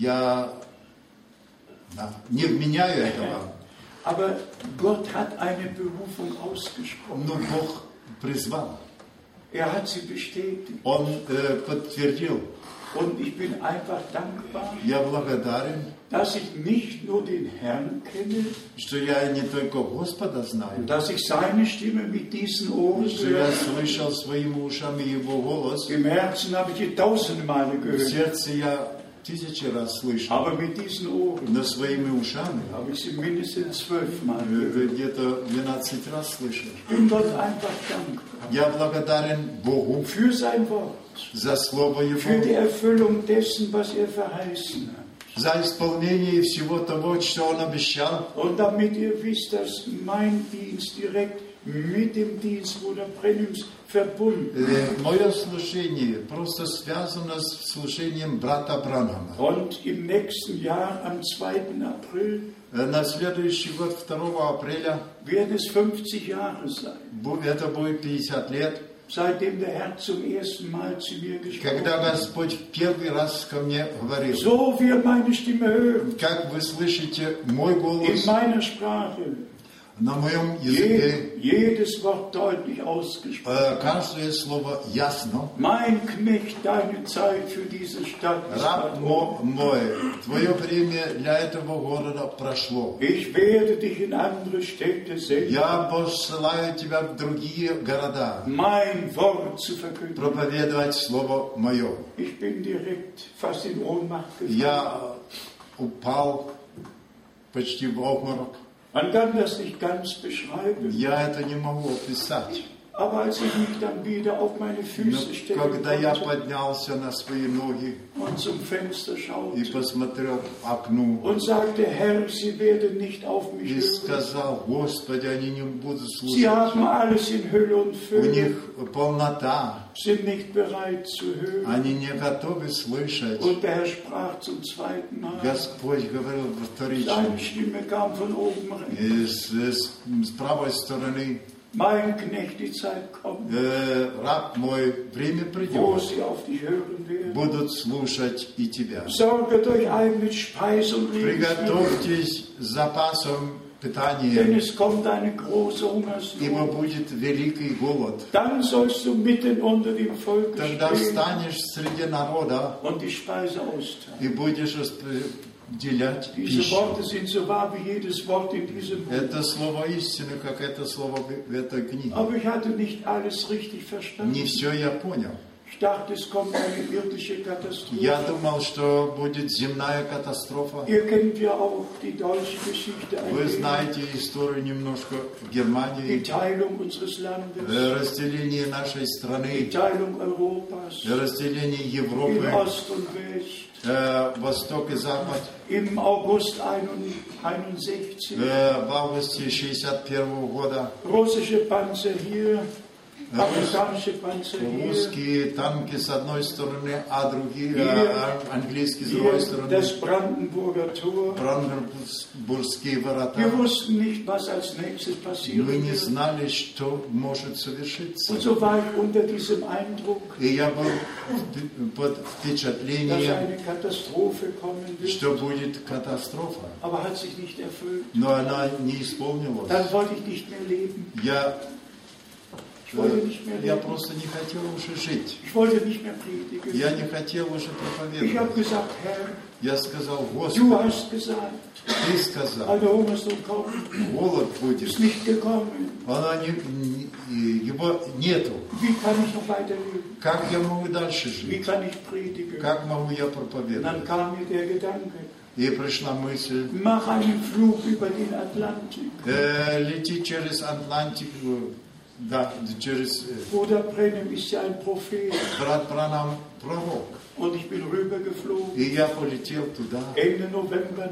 Speaker 1: я да, не вменяю этого,
Speaker 2: Aber Gott hat eine Berufung ausgesprochen.
Speaker 1: но Бог призвал,
Speaker 2: Er hat sie bestätigt.
Speaker 1: Он э, подтвердил.
Speaker 2: Und ich bin einfach dankbar,
Speaker 1: Я благодарен,
Speaker 2: dass ich nicht nur den Herrn kenne,
Speaker 1: что я не только Господа знаю,
Speaker 2: dass ich seine Stimme mit diesen Ohren
Speaker 1: что я
Speaker 2: höre.
Speaker 1: слышал своими ушами Его голос,
Speaker 2: Im Herzen habe ich die tausende Male
Speaker 1: в
Speaker 2: gehört,
Speaker 1: сердце я тысячи раз слышал,
Speaker 2: aber mit diesen Ohren
Speaker 1: но своими ушами
Speaker 2: habe ich sie mindestens zwölfmal
Speaker 1: Э,
Speaker 2: gehört.
Speaker 1: где-то 12 раз слышал.
Speaker 2: Ich bin Gott einfach dankbar
Speaker 1: Я благодарен Богу
Speaker 2: für sein Wort,
Speaker 1: за Слово
Speaker 2: für die
Speaker 1: Его,
Speaker 2: Erfüllung dessen, was er verheißen hat.
Speaker 1: за исполнение всего того, что Он обещал.
Speaker 2: Und damit ihr wisst, dass mein Dienst direkt mit dem Dienst Bruder Brennims verbunden ist.
Speaker 1: Э, Мое служение просто связано с служением брата Бранхама.
Speaker 2: Und im nächsten Jahr, am 2. April,
Speaker 1: Э, На следующий год, 2 апреля,
Speaker 2: werden es 50 Jahre sein,
Speaker 1: бу- это будет 50 лет,
Speaker 2: seitdem der Herr zum ersten Mal zu mir gesprochen
Speaker 1: когда
Speaker 2: hat.
Speaker 1: Господь в первый раз ко мне говорил,
Speaker 2: So wir meine Stimme hören,
Speaker 1: как вы слышите мой
Speaker 2: in
Speaker 1: голос
Speaker 2: meiner Sprache,
Speaker 1: на моем языке
Speaker 2: Je, jedes Wort deutlich ausgesprochen.
Speaker 1: э, каждое слово ясно.
Speaker 2: Mein Knecht, deine Zeit für diese Stadt ist
Speaker 1: Раб
Speaker 2: verloren.
Speaker 1: мо- мой, твое время для этого города прошло.
Speaker 2: Ich werde dich in andere Städte senden,
Speaker 1: Я посылаю тебя в другие города
Speaker 2: mein Wort zu verkünden.
Speaker 1: проповедовать слово мое.
Speaker 2: Ich bin direkt fast in Ohnmacht gefallen.
Speaker 1: Я упал почти в обморок.
Speaker 2: Man kann das nicht ganz beschreiben,
Speaker 1: Я это не могу описать.
Speaker 2: aber als ich mich dann wieder auf meine
Speaker 1: Но
Speaker 2: Füße
Speaker 1: когда я
Speaker 2: stellte
Speaker 1: поднялся на свои ноги
Speaker 2: und zum Fenster
Speaker 1: и
Speaker 2: schaute
Speaker 1: посмотрел к окну
Speaker 2: und sagte, Herr, Sie werden nicht auf mich
Speaker 1: и
Speaker 2: hören.
Speaker 1: сказал, Господи, они не будут
Speaker 2: Sie
Speaker 1: слушать.
Speaker 2: haben alles in Hülle
Speaker 1: У
Speaker 2: und Fülle,
Speaker 1: них полнота,
Speaker 2: sind nicht bereit zu hören.
Speaker 1: они не готовы слышать.
Speaker 2: Und der Herr sprach zum zweiten Mal.
Speaker 1: Господь говорил вторично.
Speaker 2: Seine Stimme kam von oben rein.
Speaker 1: И С, с- с правой стороны
Speaker 2: Mein Knecht, die Zeit kommt,
Speaker 1: э, раб мой, время
Speaker 2: wo
Speaker 1: придет,
Speaker 2: sie auf dich hören werden.
Speaker 1: будут слушать и тебя.
Speaker 2: Sorge durch ein mit Speise und Lebensmittel,
Speaker 1: Приготовьтесь с запасом
Speaker 2: denn
Speaker 1: питания,
Speaker 2: es kommt eine große
Speaker 1: ибо
Speaker 2: Hungersnot.
Speaker 1: будет великий голод.
Speaker 2: Dann sollst du mitten unter dem Volk
Speaker 1: Тогда
Speaker 2: stehen
Speaker 1: встанешь среди народа
Speaker 2: und die Speise austeilen.
Speaker 1: и будешь распределять
Speaker 2: Diese
Speaker 1: пищу.
Speaker 2: Worte sind so wahr wie jedes Wort in diesem Buch.
Speaker 1: Это слово истины, как это слово в в этой книге.
Speaker 2: Aber ich hatte nicht alles richtig
Speaker 1: Не
Speaker 2: verstanden.
Speaker 1: все я понял.
Speaker 2: Ich dachte, es kommt eine irdische
Speaker 1: Я
Speaker 2: Katastrophe.
Speaker 1: думал, что будет земная катастрофа.
Speaker 2: Ihr kennt ja auch die deutsche Geschichte. ein
Speaker 1: Вы
Speaker 2: wenig.
Speaker 1: знаете историю немножко в
Speaker 2: Die
Speaker 1: Германии,
Speaker 2: Teilung unseres
Speaker 1: э,
Speaker 2: Landes,
Speaker 1: разделение нашей
Speaker 2: die
Speaker 1: страны,
Speaker 2: Teilung Europas
Speaker 1: разделение
Speaker 2: in
Speaker 1: Европы,
Speaker 2: Ost und West
Speaker 1: э, Восток и Запад.
Speaker 2: im August 61.
Speaker 1: Э, В августе 61 года
Speaker 2: Russische Panzer hier,
Speaker 1: Ja.
Speaker 2: amerikanische Panzer hier,
Speaker 1: русские танки с одной стороны, а другие,
Speaker 2: Hier.
Speaker 1: э, английские с другой
Speaker 2: hier
Speaker 1: стороны,
Speaker 2: das Brandenburger Tor.
Speaker 1: Бранденбургские ворота.
Speaker 2: Wir wussten nicht, was als nächstes passieren
Speaker 1: Мы не
Speaker 2: würde.
Speaker 1: знали, что может совершиться.
Speaker 2: Und so war ich unter diesem Eindruck,
Speaker 1: И я был впе- под
Speaker 2: dass
Speaker 1: впечатлением,
Speaker 2: eine Katastrophe kommen wird,
Speaker 1: что будет катастрофа.
Speaker 2: aber hat sich nicht erfüllt.
Speaker 1: Но она не исполнилась.
Speaker 2: Dann wollte ich nicht mehr leben.
Speaker 1: Я,
Speaker 2: Ich wollte
Speaker 1: э,
Speaker 2: nicht mehr
Speaker 1: я
Speaker 2: leben.
Speaker 1: просто не хотел уже жить.
Speaker 2: Ich wollte nicht mehr predigen.
Speaker 1: Я не хотел уже
Speaker 2: Ich habe
Speaker 1: проповедовать.
Speaker 2: gesagt, Herr,
Speaker 1: Я сказал,
Speaker 2: du
Speaker 1: Господи,
Speaker 2: hast gesagt,
Speaker 1: Ты сказал,
Speaker 2: eine Hungersnot kommt,
Speaker 1: голод будет.
Speaker 2: ist nicht gekommen.
Speaker 1: Она не, не- и его нету.
Speaker 2: Wie kann ich noch weiterleben?
Speaker 1: Как я могу дальше
Speaker 2: Wie
Speaker 1: жить?
Speaker 2: kann ich predigen?
Speaker 1: Как могу я
Speaker 2: Und dann
Speaker 1: проповедовать?
Speaker 2: kam mir der Gedanke,
Speaker 1: И пришла мысль,
Speaker 2: mach einen Flug über den Atlantik
Speaker 1: э, лети через Атлантику, да, через... э,
Speaker 2: oder Brennem ist ja ein Prophet.
Speaker 1: брат Бранам пророк.
Speaker 2: Und ich bin rübergeflogen.
Speaker 1: И я полетел туда.
Speaker 2: Ende November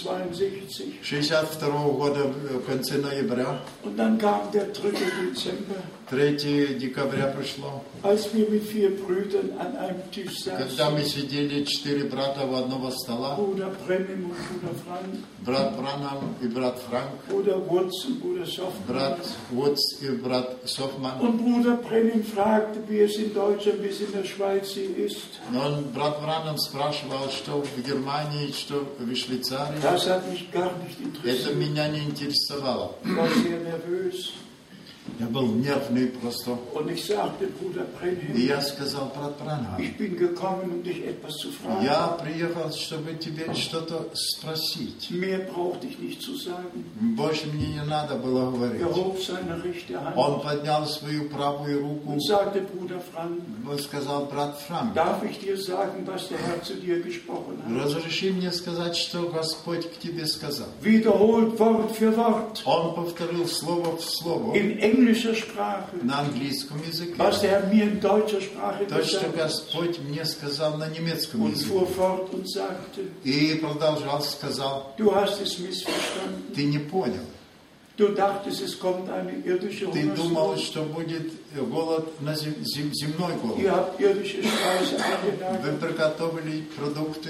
Speaker 2: 1962.
Speaker 1: 62 года, э, в конце ноября,
Speaker 2: Und dann kam der 3. Dezember,
Speaker 1: 3 декабря пришло,
Speaker 2: als wir mit vier Brüdern an einem Tisch
Speaker 1: когда
Speaker 2: saßen.
Speaker 1: мы сидели четыре брата у одного стола,
Speaker 2: Bruder Brennem und Bruder Frank,
Speaker 1: брат Бранам и брат Франк,
Speaker 2: Bruder Wurz und Bruder Soffmann.
Speaker 1: брат Уотс и брат Софман.
Speaker 2: Und Bruder Brennim fragte, wie es in Deutschland, wie es in der Schweiz hier ist.
Speaker 1: Но он, брат Бранам спрашивал, что в Германии, что в Швейцарии.
Speaker 2: Das hat mich gar nicht
Speaker 1: Это
Speaker 2: interessiert.
Speaker 1: меня не интересовало.
Speaker 2: Ich war sehr nervös.
Speaker 1: Я был нервный просто.
Speaker 2: Und ich sagte, Bruder
Speaker 1: И
Speaker 2: Brennim,
Speaker 1: я сказал, брат Бранам,
Speaker 2: ich bin gekommen, um dich etwas zu
Speaker 1: я
Speaker 2: fragen.
Speaker 1: приехал, чтобы тебе что-то спросить.
Speaker 2: Mehr brauchte ich nicht zu sagen.
Speaker 1: Больше мне не надо было говорить.
Speaker 2: Er hob seine rechte Hand
Speaker 1: Он поднял свою правую руку,
Speaker 2: und sagte, Bruder Frank,
Speaker 1: он сказал, брат Франк,
Speaker 2: darf ich dir sagen, was der Herr zu dir gesprochen hat?
Speaker 1: разреши мне сказать, что Господь к тебе сказал.
Speaker 2: Wiederholt Wort für Wort
Speaker 1: Он повторил слово в слово
Speaker 2: in englischer Sprache,
Speaker 1: на английском языке.
Speaker 2: was der Herr mir in deutscher Sprache
Speaker 1: То, что
Speaker 2: gesagt hat.
Speaker 1: Господь мне сказал на немецком
Speaker 2: Und fuhr
Speaker 1: языке.
Speaker 2: fort und sagte,
Speaker 1: И продолжал, сказал,
Speaker 2: du hast es missverstanden.
Speaker 1: ты не понял.
Speaker 2: Du dachtest, es kommt eine irdische
Speaker 1: Ты думал,
Speaker 2: Hungersnot.
Speaker 1: что будет голод, на зем- зем- земной
Speaker 2: Ihr
Speaker 1: голод.
Speaker 2: habt irdische Speise
Speaker 1: Вы
Speaker 2: eingelagert.
Speaker 1: приготовили продукты,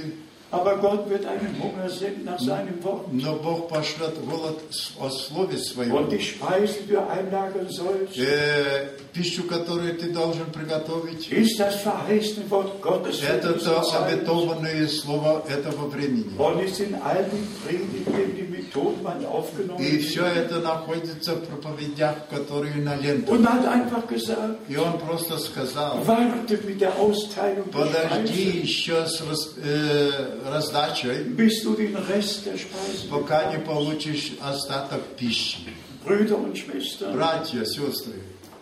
Speaker 2: Aber Gott wird einen Hunger senden nach seinem Wort.
Speaker 1: Но Бог пошлет голод с- о слове своем.
Speaker 2: Und die Speise, die du einlagern sollst,
Speaker 1: Э, пищу, которую ты должен приготовить,
Speaker 2: ist das verheißene Wort Gottes für
Speaker 1: это
Speaker 2: diese
Speaker 1: то
Speaker 2: Zeit.
Speaker 1: обетованное слово этого времени.
Speaker 2: Und ist in all den Predigten, die mit Todmann aufgenommen
Speaker 1: И все
Speaker 2: sind.
Speaker 1: это находится в проповедях, которые на лентах.
Speaker 2: Und hat einfach gesagt,
Speaker 1: И он просто сказал,
Speaker 2: warte mit der Austeilung der
Speaker 1: подожди
Speaker 2: Speise,
Speaker 1: еще с раз- э, раздачей,
Speaker 2: bis du den Rest der Speise
Speaker 1: пока не
Speaker 2: bekommst.
Speaker 1: получишь остаток пищи.
Speaker 2: Brüder und Schwestern,
Speaker 1: Братья, сестры,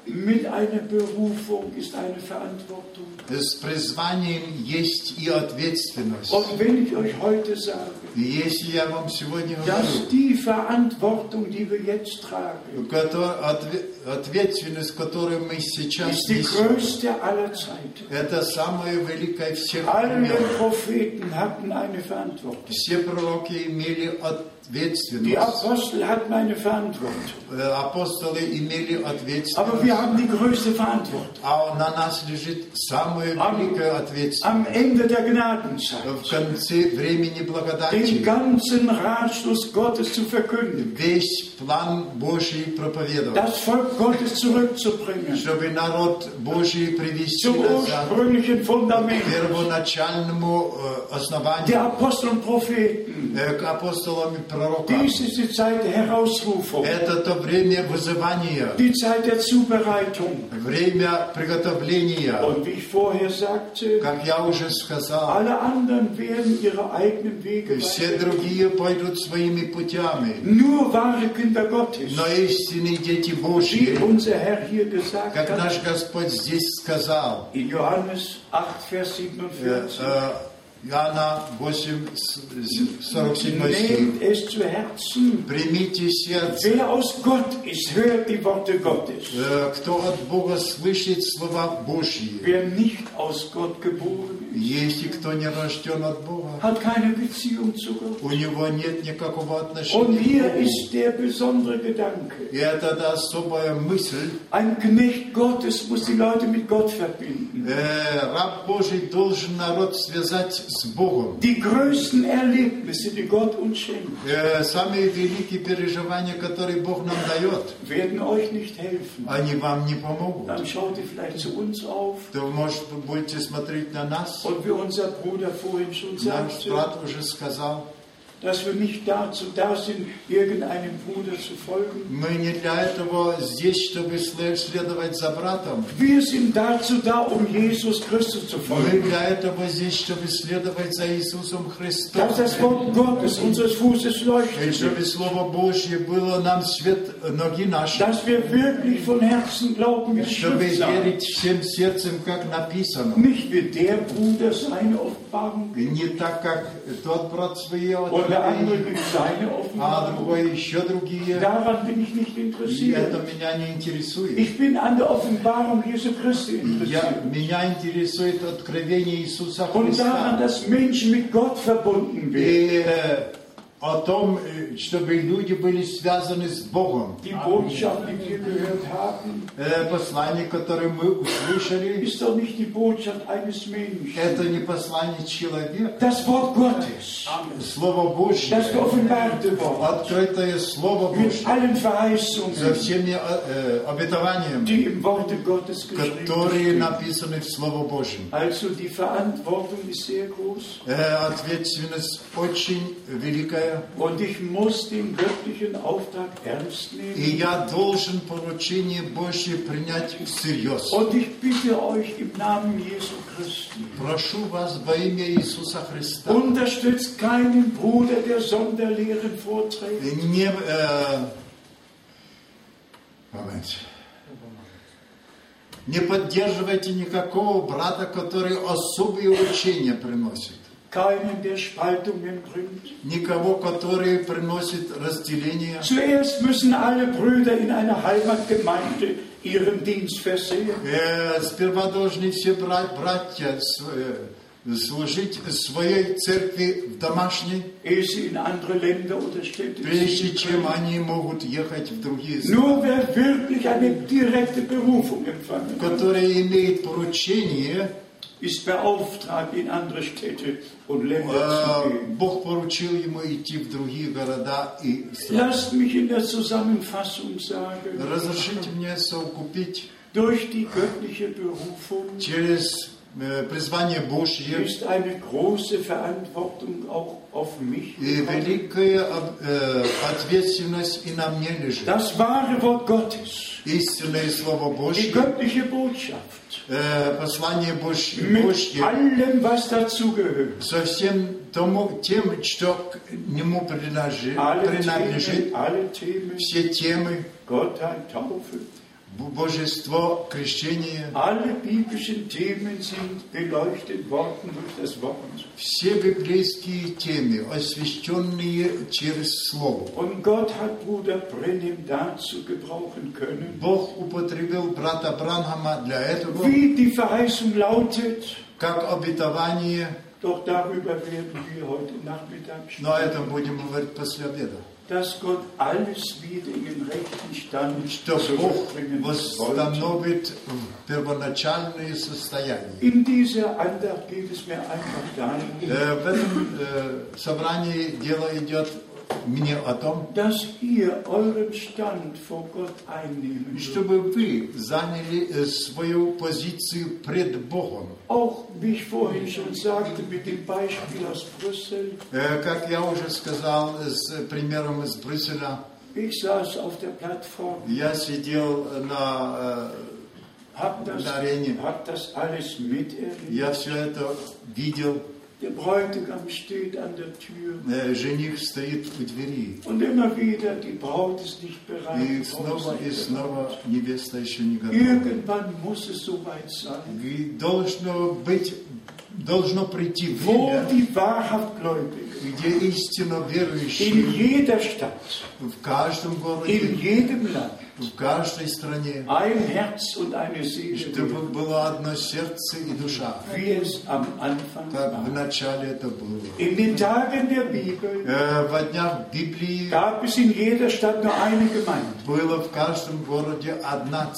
Speaker 2: mit einer Berufung ist eine Verantwortung.
Speaker 1: с призванием есть и ответственность.
Speaker 2: Und wenn ich euch heute sage,
Speaker 1: И если я вам сегодня
Speaker 2: dass
Speaker 1: говорю,
Speaker 2: die Verantwortung, die wir jetzt tragen,
Speaker 1: кото- отве- ответственность, которую мы сейчас
Speaker 2: ist die
Speaker 1: несем,
Speaker 2: größte aller Zeiten.
Speaker 1: это самая великая всех
Speaker 2: Alle
Speaker 1: времен.
Speaker 2: Propheten hatten eine Verantwortung.
Speaker 1: Все пророки имели
Speaker 2: Die
Speaker 1: ответственность.
Speaker 2: Apostel hatten eine Verantwortung.
Speaker 1: Э, Апостолы имели
Speaker 2: Aber wir
Speaker 1: ответственность.
Speaker 2: haben die größte Verantwortung.
Speaker 1: А на нас лежит самая
Speaker 2: Am-
Speaker 1: великая ответственность.
Speaker 2: Am Ende der Gnadenzeit
Speaker 1: В конце времени
Speaker 2: den
Speaker 1: благодати
Speaker 2: ganzen Ratschluss Gottes zu verkünden,
Speaker 1: весь план Божий проповедовал,
Speaker 2: das Volk Gottes zurückzubringen
Speaker 1: чтобы народ Божий привести
Speaker 2: zum
Speaker 1: назад
Speaker 2: ursprünglichen Fundament
Speaker 1: первоначальному э,
Speaker 2: der
Speaker 1: основанию
Speaker 2: Apostel und Propheten.
Speaker 1: э, к апостолам и пророкам.
Speaker 2: Dies ist die Zeit der Herausrufung,
Speaker 1: Это то время вызывания,
Speaker 2: die Zeit der Zubereitung.
Speaker 1: время приготовления.
Speaker 2: Und wie ich vorher sagte,
Speaker 1: Как я уже сказал,
Speaker 2: alle anderen werden ihre eigenen Wege
Speaker 1: все
Speaker 2: weitergehen.
Speaker 1: другие пойдут своими путями,
Speaker 2: Nur wahre Kinder Gottes,
Speaker 1: но истинные дети
Speaker 2: wie
Speaker 1: Божьи,
Speaker 2: unser Herr hier gesagt
Speaker 1: как
Speaker 2: hat,
Speaker 1: наш Господь здесь сказал,
Speaker 2: in Johannes 8, Vers
Speaker 1: э,
Speaker 2: 47.
Speaker 1: э, Иоанна 8, с- с- 47 стих.
Speaker 2: Nehmt es zu Herzen.
Speaker 1: Примите сердце,
Speaker 2: Wer aus Gott ist, hört die Worte Gottes.
Speaker 1: э, кто от Бога слышит слова Божьи.
Speaker 2: Wer nicht aus Gott geboren
Speaker 1: Если кто не рожден от Бога,
Speaker 2: ist, hat keine Beziehung zu Gott.
Speaker 1: у него нет никакого
Speaker 2: Und
Speaker 1: отношения
Speaker 2: hier
Speaker 1: к Богу.
Speaker 2: ist der besondere Gedanke.
Speaker 1: И это та особая мысль.
Speaker 2: Ein Knecht Gottes muss die Leute mit Gott verbinden.
Speaker 1: Э, раб Божий должен народ связать с Богом.
Speaker 2: Die größten Erlebnisse, die Gott uns schenkt,
Speaker 1: Э, самые великие переживания, которые Бог нам дает,
Speaker 2: werden euch nicht helfen.
Speaker 1: они вам не
Speaker 2: Dann
Speaker 1: помогут.
Speaker 2: schaut ihr vielleicht zu uns auf.
Speaker 1: То, может, вы будете смотреть на нас.
Speaker 2: Und wie unser Bruder vorhin schon
Speaker 1: Наш
Speaker 2: sagte,
Speaker 1: брат уже сказал,
Speaker 2: dass wir nicht dazu da sind, irgendeinem Bruder zu folgen.
Speaker 1: мы не для этого здесь, чтобы сле- следовать за братом.
Speaker 2: Wir sind dazu da, um Jesus Christus zu
Speaker 1: Мы
Speaker 2: folgen.
Speaker 1: для этого здесь, чтобы следовать за Иисусом Христом.
Speaker 2: Dass das Wort Gottes unseres Fußes
Speaker 1: И
Speaker 2: leuchtet.
Speaker 1: чтобы Слово Божье было нам свет ноги наши.
Speaker 2: Dass wir wirklich von Herzen glauben, wie die
Speaker 1: чтобы
Speaker 2: Schrift sagt.
Speaker 1: верить всем сердцем, как написано,
Speaker 2: Nicht wie der Bruder seine Offenbarung gibt
Speaker 1: не так, как тот брат свои
Speaker 2: und der andere
Speaker 1: открыл,
Speaker 2: gibt seine
Speaker 1: а
Speaker 2: Offenbarung.
Speaker 1: другой еще другие.
Speaker 2: Daran bin ich nicht
Speaker 1: И это
Speaker 2: interessiert.
Speaker 1: меня не интересует.
Speaker 2: Ich bin an der Offenbarung Jesu Christi
Speaker 1: Я,
Speaker 2: interessiert.
Speaker 1: меня интересует откровение Иисуса
Speaker 2: Und daran,
Speaker 1: Христа.
Speaker 2: dass Menschen mit Gott verbunden werden.
Speaker 1: И э, о том, э, чтобы люди были связаны с Богом.
Speaker 2: Die Botschaft, die wir gehört haben,
Speaker 1: Э, Послание, которое мы услышали,
Speaker 2: ist doch nicht die Botschaft eines Menschen.
Speaker 1: это не послание человека.
Speaker 2: Das Wort Gottes.
Speaker 1: Слово
Speaker 2: Das
Speaker 1: Божье,
Speaker 2: geoffenbarte Wort
Speaker 1: открытое Слово
Speaker 2: mit
Speaker 1: Божье.
Speaker 2: allen
Speaker 1: со
Speaker 2: Verheißungen,
Speaker 1: всеми э, обетованиями,
Speaker 2: die im Worte Gottes geschrieben
Speaker 1: которые
Speaker 2: stehen.
Speaker 1: написаны в Слово Божьем.
Speaker 2: Also die Verantwortung ist sehr groß
Speaker 1: Э, Ответственность очень великая,
Speaker 2: und ich muss den göttlichen Auftrag ernst
Speaker 1: и
Speaker 2: nehmen.
Speaker 1: я должен поручение Божье принять всерьез.
Speaker 2: Und ich bitte euch im Namen Jesu Christi,
Speaker 1: Прошу вас во имя Иисуса Христа,
Speaker 2: unterstützt keinen Bruder, der Sonderlehren vorträgt.
Speaker 1: не... э, момент. Не поддерживайте никакого брата, который особые учения приносит.
Speaker 2: Keinen, der Spaltungen bringt.
Speaker 1: Никого, который приносит разделение.
Speaker 2: Zuerst müssen alle Brüder in einer Heimatgemeinde ihren Dienst versehen.
Speaker 1: Э, Сперва должны все бра- братья с- э, служить своей церкви в домашней,
Speaker 2: ehe sie in andere Länder oder Städte
Speaker 1: прежде
Speaker 2: ziehen
Speaker 1: чем
Speaker 2: können.
Speaker 1: они могут ехать в другие страны,
Speaker 2: Nur wer wirklich eine direkte Berufung empfangen hat,
Speaker 1: которые имеют поручение
Speaker 2: ist beauftragt, in andere Städte und Länder zu
Speaker 1: Э,
Speaker 2: gehen.
Speaker 1: Бог поручил ему идти в другие города и страны.
Speaker 2: Lasst mich in der Zusammenfassung sagen,
Speaker 1: Разрешите мне совкупить
Speaker 2: durch die göttliche Berufung
Speaker 1: через э, призвание Божье
Speaker 2: ist eine große Verantwortung auch auf mich.
Speaker 1: и
Speaker 2: gekommen.
Speaker 1: великая об- э, ответственность и на мне лежит.
Speaker 2: Das wahre Wort Gottes,
Speaker 1: Истинное Слово
Speaker 2: die
Speaker 1: Божье,
Speaker 2: göttliche Botschaft,
Speaker 1: э, послание Божь-
Speaker 2: mit
Speaker 1: Божье,
Speaker 2: allem, was dazugehört,
Speaker 1: со всем тому, тем, что к нему принадлежит,
Speaker 2: alle
Speaker 1: принадлежит
Speaker 2: Themen, alle Themen,
Speaker 1: все темы,
Speaker 2: Gottheit, Taufe,
Speaker 1: б- божество, крещение,
Speaker 2: alle biblischen Themen sind beleuchtet worden durch das Wort.
Speaker 1: все библейские темы, освященные через Слово.
Speaker 2: Und Gott hat Bruder Brenim dazu gebrauchen können,
Speaker 1: Бог употребил брата Бранхама для этого,
Speaker 2: wie die Verheißung lautet.
Speaker 1: как обетование,
Speaker 2: Doch darüber werden wir heute Nachmittag
Speaker 1: но о
Speaker 2: sprechen,
Speaker 1: этом будем говорить после обеда,
Speaker 2: dass Gott alles wieder in den rechten Stand
Speaker 1: что Бог
Speaker 2: zurückbringen wollte.
Speaker 1: восстановит в первоначальное состояние.
Speaker 2: In dieser Andacht geht es mir einfach darum,
Speaker 1: Э, В этом э, собрании дело идет мне о том,
Speaker 2: dass ihr euren Stand vor Gott einnehmen dürft.
Speaker 1: чтобы вы заняли э, свою позицию пред Богом.
Speaker 2: Auch wie ich vorhin schon sagte, mit dem Beispiel aus Brüssel,
Speaker 1: Э, Как я уже сказал э, с примером из Брюсселя,
Speaker 2: ich saß auf der Plattform
Speaker 1: я сидел на... э,
Speaker 2: Hab das,
Speaker 1: Na, Reni.
Speaker 2: hab das alles miterlebt.
Speaker 1: Я все это видел.
Speaker 2: Der Bräutigam steht an der Tür
Speaker 1: Э, Жених стоит у двери.
Speaker 2: und immer wieder, die Braut ist nicht bereit. die
Speaker 1: И
Speaker 2: Braut
Speaker 1: снова, и
Speaker 2: ist nicht bereit.
Speaker 1: снова невеста еще не готова.
Speaker 2: Irgendwann muss es soweit sein,
Speaker 1: И должно быть, должно прийти
Speaker 2: wo
Speaker 1: время,
Speaker 2: die wahrhaft Gläubigen
Speaker 1: где истинно
Speaker 2: in
Speaker 1: верующие
Speaker 2: jeder Stadt,
Speaker 1: в каждом
Speaker 2: in
Speaker 1: городе,
Speaker 2: jedem Land
Speaker 1: в каждой стране,
Speaker 2: ein Herz und eine Seele
Speaker 1: чтобы
Speaker 2: werden,
Speaker 1: было одно сердце и душа,
Speaker 2: wie es am Anfang
Speaker 1: как в
Speaker 2: war.
Speaker 1: начале это было.
Speaker 2: In den Tagen der Bibel
Speaker 1: Э, Во днях Библии
Speaker 2: gab es in jeder Stadt nur eine Gemeinde.
Speaker 1: было в каждом городе одна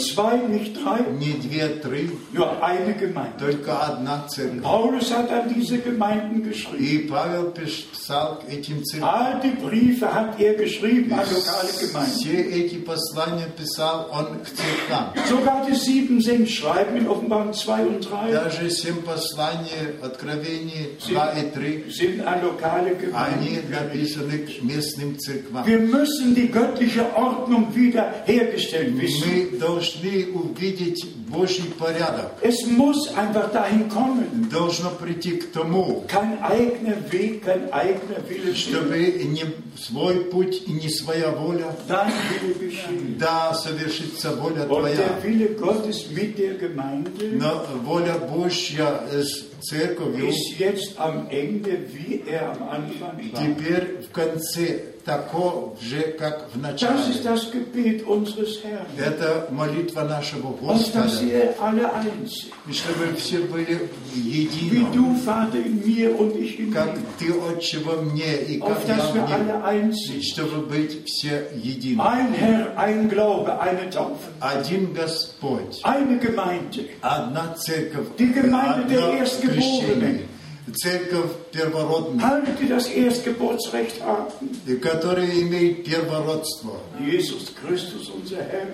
Speaker 1: церковь,
Speaker 2: zwei, nicht drei,
Speaker 1: не две, три,
Speaker 2: nur eine Gemeinde.
Speaker 1: только одна церковь.
Speaker 2: Paulus hat an diese Gemeinden geschrieben.
Speaker 1: И Павел писал к этим церквям.
Speaker 2: All die Briefe hat er geschrieben an lokale Gemeinden.
Speaker 1: Все эти послания писал он к церквам.
Speaker 2: Sogar die sieben Senkschreiben in Offenbarung 2 und 3
Speaker 1: Даже семь посланий, откровений 2 и 3,
Speaker 2: sind an lokale
Speaker 1: они
Speaker 2: Gemeinden. gerichtet.
Speaker 1: написаны к местным церквам.
Speaker 2: Wir müssen die göttliche Ordnung wiederhergestellt wissen.
Speaker 1: Мы должны увидеть Божий порядок.
Speaker 2: Es muss einfach dahin kommen.
Speaker 1: Должно прийти к тому,
Speaker 2: Kein eigener Weg, kein eigener Wille stimmt.
Speaker 1: чтобы не свой путь и не своя воля,
Speaker 2: Dein Wille geschieht.
Speaker 1: да, совершится воля
Speaker 2: Und der
Speaker 1: Твоя,
Speaker 2: Wille Gottes mit der Gemeinde
Speaker 1: но воля Божья с церковью
Speaker 2: ist jetzt am Ende, wie er am Anfang war.
Speaker 1: Теперь в конце таков же, как в
Speaker 2: Das
Speaker 1: начале.
Speaker 2: ist das Gebet unseres Herrn.
Speaker 1: Это молитва нашего
Speaker 2: Und dass
Speaker 1: Господа.
Speaker 2: ihr alle eins seid.
Speaker 1: И чтобы все были
Speaker 2: Wie
Speaker 1: едины,
Speaker 2: du, Vater, in mir und ich in
Speaker 1: как Ты,
Speaker 2: dir.
Speaker 1: Отче, во мне, и как
Speaker 2: Auf
Speaker 1: я
Speaker 2: dass wir
Speaker 1: в нем.
Speaker 2: alle eins
Speaker 1: И
Speaker 2: sind.
Speaker 1: чтобы быть все едины.
Speaker 2: Ein Herr, ein Glaube, eine Taufe.
Speaker 1: Один Господь,
Speaker 2: Eine Gemeinde.
Speaker 1: одна церковь,
Speaker 2: Die Gemeinde der
Speaker 1: одно крещение.
Speaker 2: Erstgeborenen.
Speaker 1: Церковь первородная,
Speaker 2: Halte das Erstgeburtsrecht haben.
Speaker 1: которая имеет первородство.
Speaker 2: Jesus Christus, unser Herr,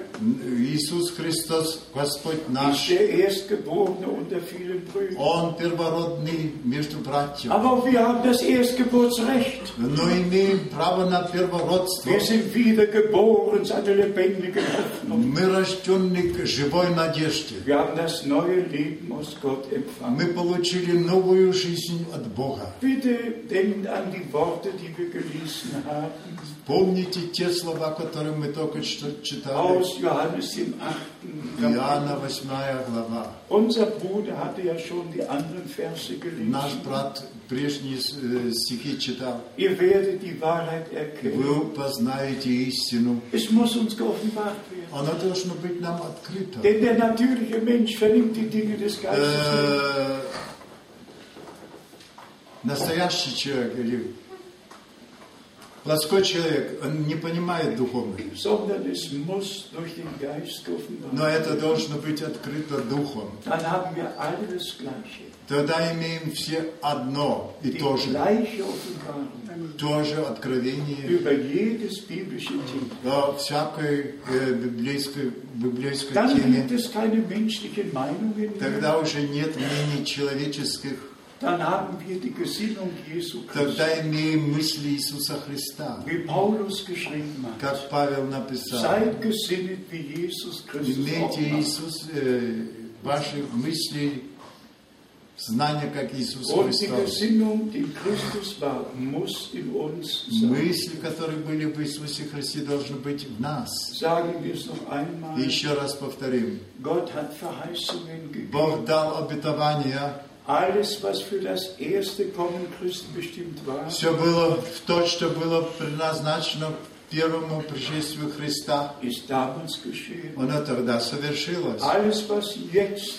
Speaker 1: Иисус Христос, Господь
Speaker 2: ist
Speaker 1: наш,
Speaker 2: der Erstgeborene unter vielen Brüdern.
Speaker 1: Он первородный между братьями.
Speaker 2: Aber auch wir haben das Erstgeburtsrecht.
Speaker 1: но имеем право на первородство.
Speaker 2: Wir sind wiedergeboren, seine lebendige Hoffnung.
Speaker 1: Мы рождены к живой надежде.
Speaker 2: Wir haben das neue Leben aus Gott empfangen.
Speaker 1: Мы получили новую жизнь от Бога.
Speaker 2: Bitte denkt an die Worte, die wir gelesen haben
Speaker 1: Помните те слова, которые мы только что читали.
Speaker 2: aus Johannes dem 8. Kapitel.
Speaker 1: Иоанна 8 глава.
Speaker 2: Unser Bruder hatte ja schon die anderen Verse gelesen.
Speaker 1: Наш брат прежние э, стихи читал.
Speaker 2: Ihr werdet die Wahrheit erkennen.
Speaker 1: Вы познаете истину.
Speaker 2: Es muss uns geoffenbart werden.
Speaker 1: Она должна быть нам открыта.
Speaker 2: Denn der natürliche Mensch vernimmt die Dinge des Geistes nicht.
Speaker 1: Э, Настоящий человек или Плоской человек, он не понимает духовных.
Speaker 2: sondern es muss durch den Geist offenbar
Speaker 1: Но это должно быть открыто духом.
Speaker 2: Dann haben wir alle das Gleiche.
Speaker 1: Тогда имеем все одно и
Speaker 2: Die
Speaker 1: то же,
Speaker 2: gleiche Offenbarung
Speaker 1: то же откровение
Speaker 2: über jedes biblische Thema.
Speaker 1: во всякой э, библейской, библейской
Speaker 2: Dann gibt
Speaker 1: теме.
Speaker 2: es keine menschlichen Meinungen mehr.
Speaker 1: Тогда уже нет мнений человеческих,
Speaker 2: Dann haben wir die Gesinnung Jesu Christi,
Speaker 1: тогда имеем мысли Иисуса Христа.
Speaker 2: wie Paulus geschrieben hat.
Speaker 1: Как Павел написал,
Speaker 2: Seid gesinnet wie Jesus Christus. auch
Speaker 1: имейте
Speaker 2: war.
Speaker 1: Иисус, э, ваши мысли, знания, как Иисус
Speaker 2: Und die
Speaker 1: Христос.
Speaker 2: Gesinnung, die in Christus war, muss in uns sein.
Speaker 1: Мысли, которые были в Иисусе Христе, должны быть в нас.
Speaker 2: Sagen wir es noch
Speaker 1: И
Speaker 2: einmal,
Speaker 1: еще раз повторим.
Speaker 2: Gott hat Verheißungen
Speaker 1: Бог
Speaker 2: gegeben.
Speaker 1: дал обетование.
Speaker 2: Alles, was für das erste Kommen Christi bestimmt war,
Speaker 1: Все было в то, что было предназначено первому пришествию Христа.
Speaker 2: ist damals geschehen.
Speaker 1: Оно тогда совершилось.
Speaker 2: Alles, was jetzt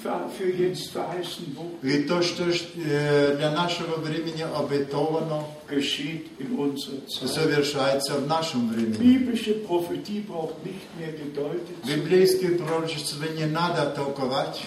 Speaker 2: für für jetzt verheißen wurde,
Speaker 1: И то, что э, для нашего времени обетовано,
Speaker 2: geschieht in unserer Zeit.
Speaker 1: совершается в нашем времени.
Speaker 2: Biblische Prophetie braucht nicht mehr gedeutet zu werden,
Speaker 1: Библейские пророчества не надо толковать.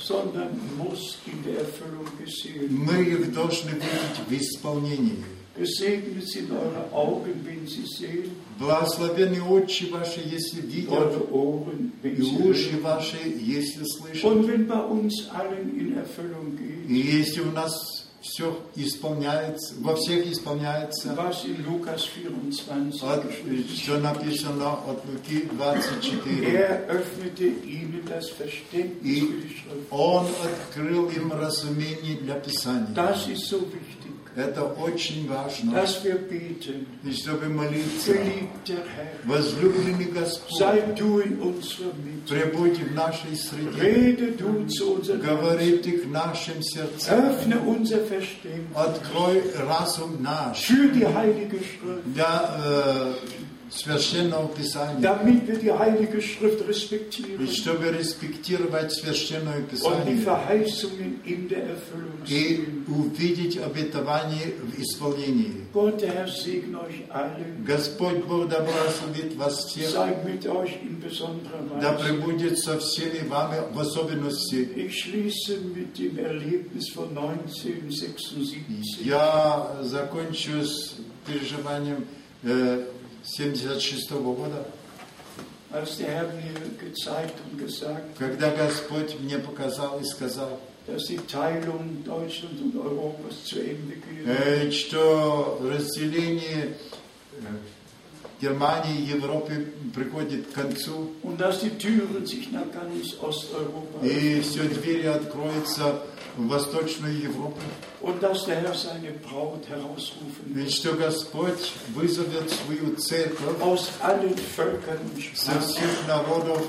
Speaker 2: sondern muss in der Erfüllung gesehen.
Speaker 1: Мы их должны видеть в исполнении.
Speaker 2: Gesegnet sind eure Augen, wenn sie sehen,
Speaker 1: Благословенны очи ваши, если видят,
Speaker 2: eure Ohren, wenn
Speaker 1: и
Speaker 2: sie
Speaker 1: уши
Speaker 2: hören.
Speaker 1: ваши, если слышат.
Speaker 2: Und wenn bei uns allen in Erfüllung geht,
Speaker 1: И если у нас все исполняется, во всех исполняется,
Speaker 2: was in Lukas 24
Speaker 1: вот,
Speaker 2: geschrieben ist.
Speaker 1: что написано от Луки 24.
Speaker 2: Er öffnete ihnen das Verständnis für die Schrift.
Speaker 1: Он открыл им разумение для Писания.
Speaker 2: Das ist so wichtig,
Speaker 1: Это очень важно.
Speaker 2: dass wir beten.
Speaker 1: И чтобы молиться.
Speaker 2: Geliebter Herr,
Speaker 1: Возлюбленный Господь,
Speaker 2: sei du in unserer Mitte.
Speaker 1: пребудь в нашей среде,
Speaker 2: Rede du zu unserem Herzen.
Speaker 1: говори Ты к нашим сердцам,
Speaker 2: Öffne unser Verständnis
Speaker 1: открой разум наш
Speaker 2: für die Heilige Schrift,
Speaker 1: для э, Священного Писания,
Speaker 2: damit wir die Heilige Schrift respektieren
Speaker 1: и чтобы респектировать Священное
Speaker 2: und die
Speaker 1: Писание
Speaker 2: Verheißungen in der Erfüllung
Speaker 1: и
Speaker 2: sehen.
Speaker 1: увидеть обетование в исполнении.
Speaker 2: Gott, der Herr, segne euch alle.
Speaker 1: Господь Бог да благословит вас всех,
Speaker 2: Sei mit euch in besonderer
Speaker 1: да
Speaker 2: Weise.
Speaker 1: пребудет со всеми вами, в особенности
Speaker 2: Ich schließe mit dem Erlebnis von 1976.
Speaker 1: Я закончу с переживанием э, 76 года,
Speaker 2: Als der Herr mir gezeigt und gesagt,
Speaker 1: когда Господь мне показал и сказал,
Speaker 2: dass die Teilung Deutschlands und Europas zu Ende geht,
Speaker 1: э, что разделение э, Германии и Европы приходит к концу,
Speaker 2: und dass die Türen sich nach ganz Osteuropa
Speaker 1: и
Speaker 2: öffnen
Speaker 1: все двери откроются в Восточную Европу,
Speaker 2: und dass der Herr seine Braut herausrufen
Speaker 1: и
Speaker 2: wird
Speaker 1: что Господь вызовет свою церковь
Speaker 2: aus allen Völkern und
Speaker 1: со
Speaker 2: Sprachen
Speaker 1: всех народов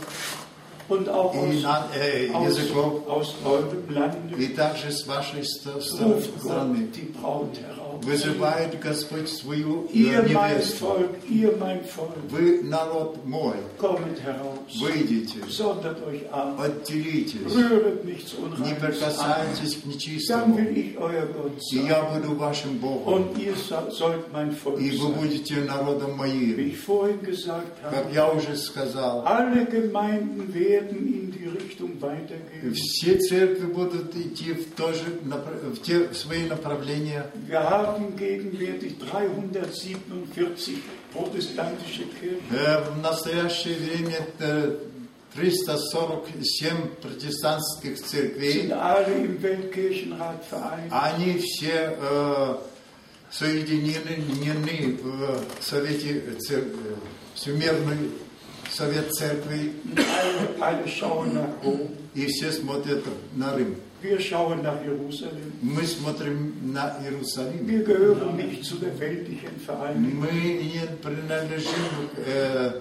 Speaker 2: und auch
Speaker 1: и
Speaker 2: aus,
Speaker 1: на- э, языков,
Speaker 2: aus, aus eurem
Speaker 1: и
Speaker 2: Lande
Speaker 1: также с вашей сто- сто-
Speaker 2: ruft
Speaker 1: стороны.
Speaker 2: Gott die Braut heraus.
Speaker 1: Вызывает Господь свою э,
Speaker 2: Ihr mein
Speaker 1: невесту.
Speaker 2: Volk, ihr mein Volk.
Speaker 1: Вы народ мой,
Speaker 2: Kommet heraus,
Speaker 1: выйдите,
Speaker 2: sondert euch an,
Speaker 1: отделитесь,
Speaker 2: rühret nichts
Speaker 1: не
Speaker 2: Unreines an,
Speaker 1: прикасайтесь к
Speaker 2: dann
Speaker 1: нечистому,
Speaker 2: will ich euer Gott
Speaker 1: и я
Speaker 2: sein.
Speaker 1: буду вашим Богом,
Speaker 2: Und ihr so- sollt mein Volk
Speaker 1: и вы
Speaker 2: sein.
Speaker 1: будете народом
Speaker 2: Wie
Speaker 1: моим.
Speaker 2: ich vorhin gesagt
Speaker 1: Как
Speaker 2: habe,
Speaker 1: я уже сказал,
Speaker 2: alle Gemeinden werden in die Richtung weitergehen.
Speaker 1: все церкви будут идти в, то же, напра- в те в свои направления.
Speaker 2: Wir haben gegenwärtig 347 protestantische Kirchen.
Speaker 1: Э, В настоящее время э, 347 протестантских церквей
Speaker 2: Sind alle im Weltkirchenrat vereint.
Speaker 1: Они все э, соединены нены в Совете Церкви, Всемирный Совет Церкви,
Speaker 2: Und Alle, alle schauen nach Rom.
Speaker 1: и все смотрят на Рим.
Speaker 2: Wir schauen nach Jerusalem.
Speaker 1: Мы смотрим на Иерусалим.
Speaker 2: Wir gehören nicht zu der weltlichen Vereinigung.
Speaker 1: Мы не принадлежим к э,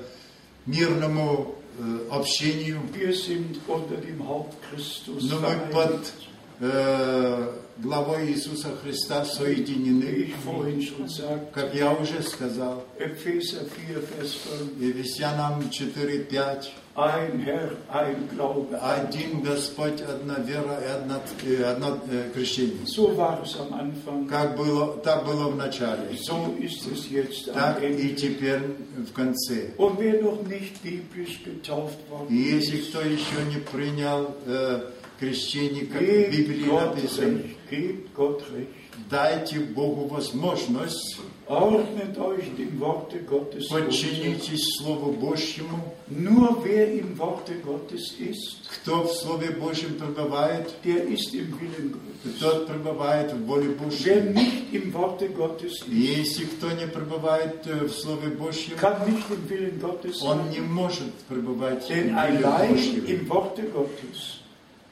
Speaker 1: мирному э, общению,
Speaker 2: Wir sind unter dem Haupt Christus
Speaker 1: но мы
Speaker 2: vereinigt.
Speaker 1: под э, главой Иисуса Христа
Speaker 2: Wie ich
Speaker 1: соединены,
Speaker 2: vorhin schon sagte,
Speaker 1: как я уже сказал,
Speaker 2: Epheser 4, Vers 5.
Speaker 1: Ефесянам 4.5.
Speaker 2: Ein Herr, ein Glaube.
Speaker 1: Один Господь, одна вера и одна- и одно э, крещение.
Speaker 2: So war es am Anfang.
Speaker 1: Как было, так было в начале,
Speaker 2: So ist es jetzt am
Speaker 1: так и
Speaker 2: Ende.
Speaker 1: теперь в конце.
Speaker 2: Und wer noch nicht biblisch getauft
Speaker 1: И
Speaker 2: worden
Speaker 1: если
Speaker 2: ist,
Speaker 1: кто еще не принял э, крещение, как в
Speaker 2: gebt
Speaker 1: Библии
Speaker 2: Gott
Speaker 1: написано,
Speaker 2: recht. Gebt Gott recht.
Speaker 1: дайте Богу возможность,
Speaker 2: Ordnet euch dem Worte Gottes unter.
Speaker 1: подчинитесь Слову Божьему.
Speaker 2: Nur wer im Worte Gottes ist,
Speaker 1: Кто в Слове Божьем пребывает,
Speaker 2: der ist im Willen Gottes.
Speaker 1: тот пребывает в воле
Speaker 2: Wer
Speaker 1: Божьей.
Speaker 2: nicht im Worte Gottes
Speaker 1: И
Speaker 2: ist,
Speaker 1: Если кто не пребывает э, в Слове Божьем,
Speaker 2: kann nicht im Willen Gottes
Speaker 1: он
Speaker 2: sein.
Speaker 1: не может пребывать в
Speaker 2: Denn
Speaker 1: воле
Speaker 2: allein
Speaker 1: Божьей.
Speaker 2: im Worte Gottes,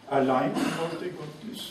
Speaker 2: allein im Worte Gottes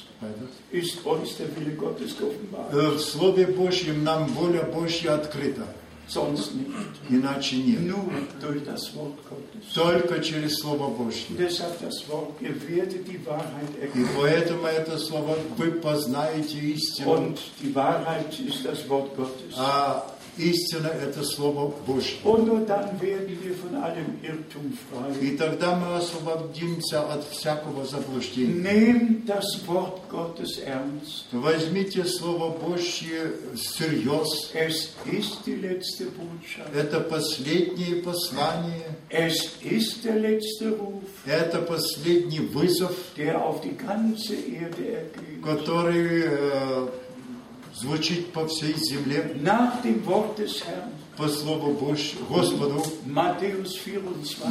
Speaker 2: ist uns der Wille Gottes geoffenbart.
Speaker 1: Э, В Слове Божьем нам воля Божья открыта,
Speaker 2: Sonst nicht.
Speaker 1: иначе нет.
Speaker 2: Nur durch das Wort Gottes.
Speaker 1: Только через Слово Божье.
Speaker 2: Deshalb das Wort, ihr werdet die Wahrheit
Speaker 1: И
Speaker 2: erkennen.
Speaker 1: поэтому это слово вы познаете истину,
Speaker 2: Und die Wahrheit ist das Wort Gottes.
Speaker 1: а истина это слово Божье.
Speaker 2: Und nur dann werden wir von allem Irrtum frei.
Speaker 1: И тогда мы освободимся от всякого заблуждения.
Speaker 2: Nehmt das Wort Gottes ernst.
Speaker 1: Возьмите Слово Божье всерьез.
Speaker 2: Es ist die letzte Botschaft.
Speaker 1: Это последнее послание,
Speaker 2: Es ist der letzte Ruf,
Speaker 1: это последний вызов,
Speaker 2: der auf die ganze Erde ergeht.
Speaker 1: который э, звучит по всей земле
Speaker 2: Nach dem Wort des Herrn,
Speaker 1: по Слову Божьему. Господу
Speaker 2: Matthäus 24,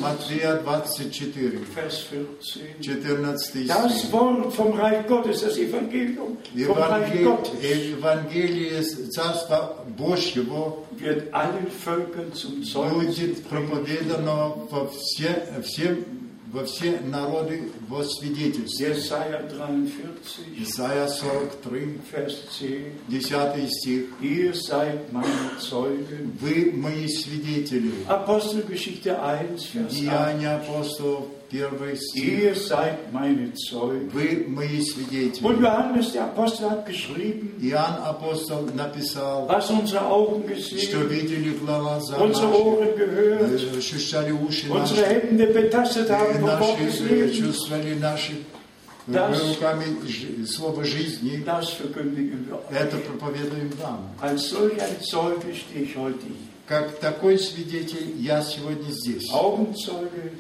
Speaker 1: Матвея 24,
Speaker 2: Vers 14.
Speaker 1: 14
Speaker 2: Das
Speaker 1: стих.
Speaker 2: Wort vom Reich Gottes, das Evangelium vom Reich
Speaker 1: Евангелие,
Speaker 2: Gottes
Speaker 1: Евангелие Царства Божьего
Speaker 2: wird allen Völkern zum Zeugnis.
Speaker 1: будет проповедано во все, всем, во все народы во свидетельство.
Speaker 2: Jesaja 43,
Speaker 1: Исайя 43,
Speaker 2: Vers 10.
Speaker 1: 10 стих.
Speaker 2: Ihr seid meine Zeugen.
Speaker 1: Вы мои свидетели.
Speaker 2: Apostelgeschichte 1, Vers 8.
Speaker 1: Деяния апостолов, 1 стих.
Speaker 2: Ihr seid meine Zeugen.
Speaker 1: Вы мои
Speaker 2: Und
Speaker 1: свидетели.
Speaker 2: Johannes der Apostel hat geschrieben,
Speaker 1: Иоанн апостол написал,
Speaker 2: was unsere Augen
Speaker 1: что
Speaker 2: gesehen,
Speaker 1: видели глаза
Speaker 2: unsere
Speaker 1: наши,
Speaker 2: Ohren gehört,
Speaker 1: э, ощущали уши
Speaker 2: unsere
Speaker 1: наши,
Speaker 2: Hände betastet haben
Speaker 1: и
Speaker 2: vom Wort
Speaker 1: наши
Speaker 2: des
Speaker 1: э,
Speaker 2: Lebens.
Speaker 1: чувствовали наши э,
Speaker 2: Das-
Speaker 1: руками жи- слово жизни.
Speaker 2: Das verkündigen wir euch.
Speaker 1: Это проповедуем вам.
Speaker 2: Als solch ein Zeuge stehe ich heute hier.
Speaker 1: Как такой свидетель я сегодня здесь,
Speaker 2: Augenzeuge,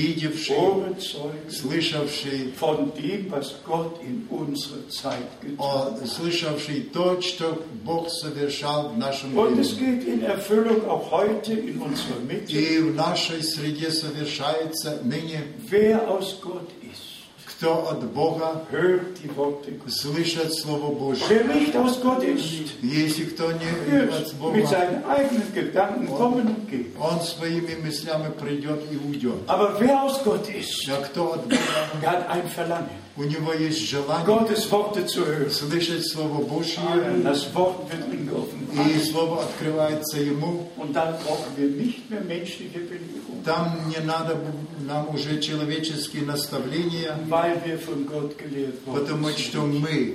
Speaker 1: видевший,
Speaker 2: Ohrenzeuge
Speaker 1: слышавший
Speaker 2: von dem, was Gott in unserer Zeit getan
Speaker 1: о- слышавший то, что Бог совершал в нашем
Speaker 2: hat. Und es
Speaker 1: мире.
Speaker 2: geht in Erfüllung auch heute in unserer Mitte.
Speaker 1: И в нашей среде совершается ныне,
Speaker 2: Wer aus Gott ist,
Speaker 1: кто от Бога
Speaker 2: hört die Worte Gottes.
Speaker 1: слышит Слово Божье.
Speaker 2: Wer nicht aus Gott ist,
Speaker 1: Если кто не от
Speaker 2: wird mit
Speaker 1: Бога,
Speaker 2: seinen eigenen Gedanken kommen und gehen.
Speaker 1: он своими мыслями придет и уйдет.
Speaker 2: Aber wer aus Gott ist,
Speaker 1: А кто от Бога,
Speaker 2: der hat ein Verlangen,
Speaker 1: у него есть желание
Speaker 2: Gottes Worte zu hören.
Speaker 1: слышать Слово
Speaker 2: Amen.
Speaker 1: Божье,
Speaker 2: Das Wort wird ihm
Speaker 1: и
Speaker 2: geoffenbart.
Speaker 1: Слово открывается ему.
Speaker 2: Und dann brauchen wir nicht mehr menschliche Belegung,
Speaker 1: Там не надо бу- нам уже человеческие наставления,
Speaker 2: weil wir von Gott gelehrt
Speaker 1: Потому
Speaker 2: worden
Speaker 1: что
Speaker 2: sind.
Speaker 1: мы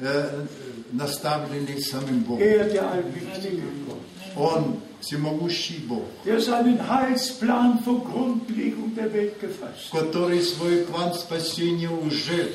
Speaker 1: э, наставлены самим Богом.
Speaker 2: Er, der allmächtige Gott,
Speaker 1: Он всемогущий Бог,
Speaker 2: der seinen Heilsplan vor Grundlegung der Welt gefasst, hat,
Speaker 1: который свой план спасения уже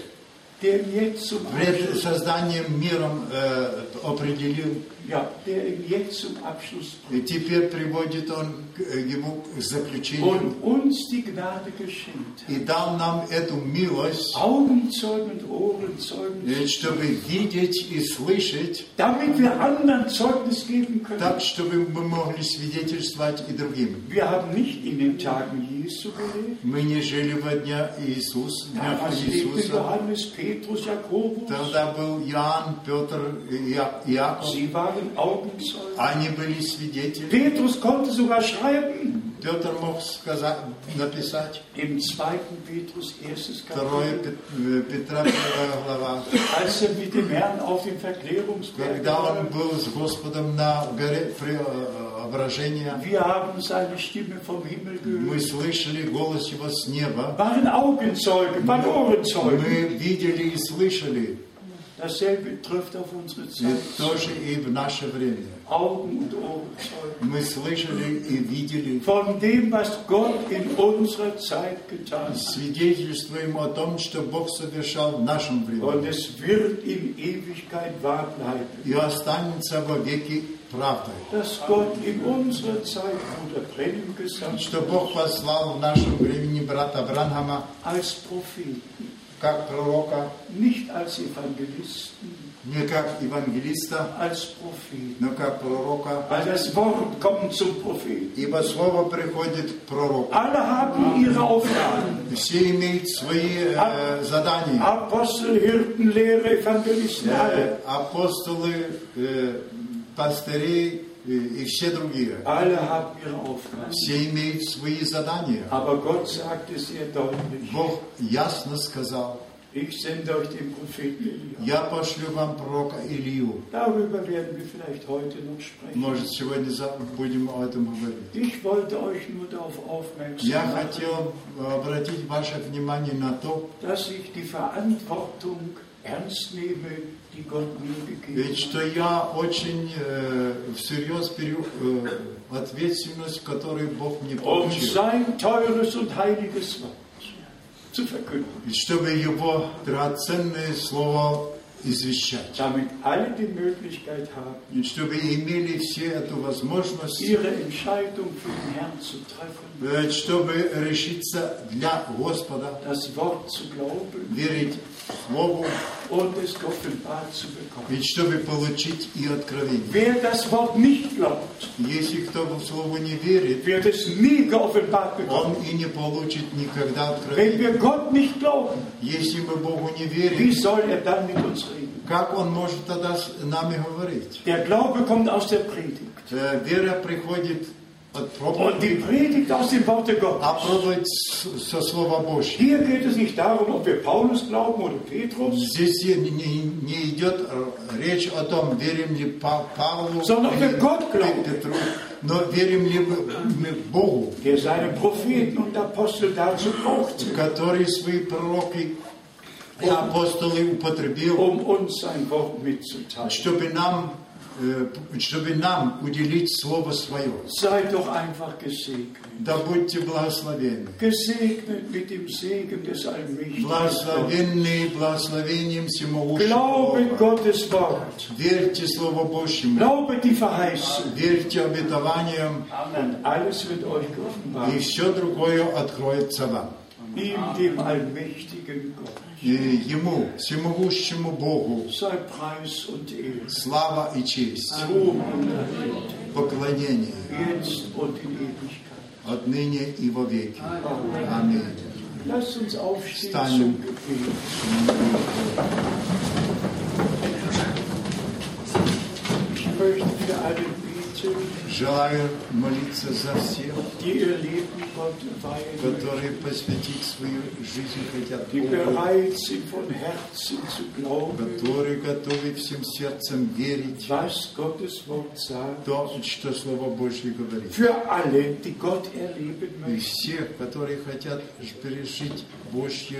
Speaker 2: der jetzt zum
Speaker 1: пред
Speaker 2: Abschluss,
Speaker 1: созданием миром э, определил.
Speaker 2: ja, der ihn jetzt zum Abschluss bringt
Speaker 1: И теперь приводит он к э, его к заключению.
Speaker 2: und uns die Gnade geschenkt hat.
Speaker 1: И дал нам эту милость,
Speaker 2: Augenzeugen und Ohrenzeugen,
Speaker 1: э, чтобы видеть и слышать,
Speaker 2: damit wir anderen Zeugnis geben können.
Speaker 1: так, чтобы мы могли свидетельствовать и другим.
Speaker 2: Wir haben nicht in den Tagen Jesu gelebt.
Speaker 1: Мы не жили во дня Иисуса, дня
Speaker 2: Damals lebte
Speaker 1: Иисуса,
Speaker 2: Johannes, Petrus, Jakobus.
Speaker 1: Тогда был Иоанн, Петр и Я- Иаков.
Speaker 2: Sie waren Augenzeugen.
Speaker 1: Они были свидетели.
Speaker 2: Petrus konnte sogar schreiben.
Speaker 1: Петр мог сказать, написать.
Speaker 2: Im 2. Petrus, erstes
Speaker 1: Второе
Speaker 2: Kapitel,
Speaker 1: Пет- э, Петра, первая глава.
Speaker 2: als er mit dem Herrn auf dem Verklärungsberg
Speaker 1: Когда он
Speaker 2: war,
Speaker 1: был с Господом на горе э, преображения,
Speaker 2: wir haben seine Stimme vom Himmel
Speaker 1: мы
Speaker 2: gehört,
Speaker 1: слышали голос его с неба.
Speaker 2: waren Augenzeugen, waren Ohrenzeugen.
Speaker 1: Мы видели и slышали,
Speaker 2: Dasselbe trifft auf unsere
Speaker 1: и
Speaker 2: Zeit.
Speaker 1: тоже и в наше время.
Speaker 2: Augen und Ohrenzeugen.
Speaker 1: Мы слышали и видели,
Speaker 2: Von dem, was Gott in unserer Zeit getan hat.
Speaker 1: свидетельствуем о том, что Бог совершал в нашем
Speaker 2: Und
Speaker 1: времени
Speaker 2: es wird in Ewigkeit wahr bleiben,
Speaker 1: и останется во веки правдой.
Speaker 2: dass Gott in unserer Zeit Bruder Brennim gesandt
Speaker 1: Что Бог послал в нашем времени брата Бранхама
Speaker 2: als Prophet,
Speaker 1: как пророка,
Speaker 2: nicht als Evangelisten,
Speaker 1: не как евангелиста,
Speaker 2: als Prophet.
Speaker 1: но как пророка.
Speaker 2: Weil das Wort kommt zum Propheten.
Speaker 1: Ибо слово приходит к пророку.
Speaker 2: Alle haben ihre Aufgaben.
Speaker 1: Все имеют свои э,
Speaker 2: а-
Speaker 1: задания.
Speaker 2: Apostel, Hirten, Lehrer, Evangelisten,
Speaker 1: Э,
Speaker 2: alle.
Speaker 1: апостолы, э, пастыри э, и все другие.
Speaker 2: Alle haben ihre Aufgaben.
Speaker 1: Все имеют свои задания.
Speaker 2: Aber Gott sagt es sehr deutlich.
Speaker 1: Бог ясно сказал,
Speaker 2: Ich sende euch den Propheten Elia.
Speaker 1: я пошлю вам пророка Илью.
Speaker 2: Darüber werden wir vielleicht heute noch sprechen.
Speaker 1: Может, сегодня за- будем об этом говорить.
Speaker 2: Ich wollte euch nur darauf aufmerksam
Speaker 1: Я
Speaker 2: machen,
Speaker 1: хотел э, обратить ваше внимание на то,
Speaker 2: dass ich die Verantwortung ernst nehme, die Gott mir gegeben
Speaker 1: ведь что
Speaker 2: hat.
Speaker 1: я очень э, всерьез беру э, ответственность, которую Bог мне
Speaker 2: Um
Speaker 1: поручил.
Speaker 2: sein teures und heiliges Wort zu verkünden.
Speaker 1: И чтобы его драгоценное слово извещать.
Speaker 2: Damit alle die Möglichkeit haben,
Speaker 1: И чтобы имели все эту возможность,
Speaker 2: ihre Entscheidung für den Herrn zu treffen,
Speaker 1: э, чтобы решиться для Господа,
Speaker 2: das Wort zu glauben
Speaker 1: верить Слову,
Speaker 2: und es offenbart zu bekommen.
Speaker 1: ведь чтобы получить и откровение.
Speaker 2: Wer das Wort nicht glaubt,
Speaker 1: Если кто в Слову не верит,
Speaker 2: wird es nie geoffenbart bekommen.
Speaker 1: он и не получит никогда
Speaker 2: Wenn
Speaker 1: откровения.
Speaker 2: wir Gott nicht glauben,
Speaker 1: Если мы Богу не
Speaker 2: wie
Speaker 1: верим,
Speaker 2: soll er dann mit uns reden?
Speaker 1: как Он может тогда с нами говорить?
Speaker 2: Der Glaube kommt aus der Predigt.
Speaker 1: Э, Вера приходит от
Speaker 2: Und die
Speaker 1: проповеди,
Speaker 2: Predigt aus dem Worte
Speaker 1: а
Speaker 2: Gottes.
Speaker 1: проповедь с- со Слова Божьего.
Speaker 2: Hier geht es nicht darum, ob wir Paulus glauben oder Petrus,
Speaker 1: Здесь не, не- не идет э, речь о том, верим ли Па- Павлу,
Speaker 2: Sondern
Speaker 1: или
Speaker 2: wir Gott glauben.
Speaker 1: Петру, но верим ли мы мы Богу,
Speaker 2: der seine Propheten und Apostel dazu brauchte,
Speaker 1: который свои пророки и апостолы употребил,
Speaker 2: um uns sein Wort mitzuteilen.
Speaker 1: чтобы нам, э, чтобы нам уделить Слово Свое.
Speaker 2: Seid doch einfach gesegnet.
Speaker 1: Да будьте благословенны.
Speaker 2: Gesegnet mit dem Segen des Allmächtigen. Gottes.
Speaker 1: Благословенны благословением всемогущего
Speaker 2: Glaube
Speaker 1: Бога.
Speaker 2: Gottes Wort.
Speaker 1: Верьте Слову Божьему,
Speaker 2: Glaube die Verheißung.
Speaker 1: верьте обетованиям,
Speaker 2: Und alles wird euch geoffenbart.
Speaker 1: и все другое откроется вам.
Speaker 2: Ihm, dem allmächtigen Gott,
Speaker 1: И Ему, всемогущему Богу,
Speaker 2: sei Preis und Ehre,
Speaker 1: слава и честь,
Speaker 2: Ruhm und Erlösung.
Speaker 1: поклонение
Speaker 2: jetzt und in Ewigkeit.
Speaker 1: отныне и во веки. Аминь.
Speaker 2: Lasst uns aufstehen
Speaker 1: Steinem.
Speaker 2: zum Gebet. Ich möchte für alle beten,
Speaker 1: Желаю молиться за всех,
Speaker 2: die ihr Leben Gott weihen,
Speaker 1: которые посвятить свою жизнь хотят
Speaker 2: die
Speaker 1: Богу,
Speaker 2: bereit sind, von Herzen zu glauben,
Speaker 1: которые готовы всем сердцем верить
Speaker 2: was Gottes Wort
Speaker 1: в
Speaker 2: sagt.
Speaker 1: то, что Слово Божье говорит.
Speaker 2: Für alle, die Gott erleben
Speaker 1: И
Speaker 2: möchten.
Speaker 1: всех, которые хотят пережить Божье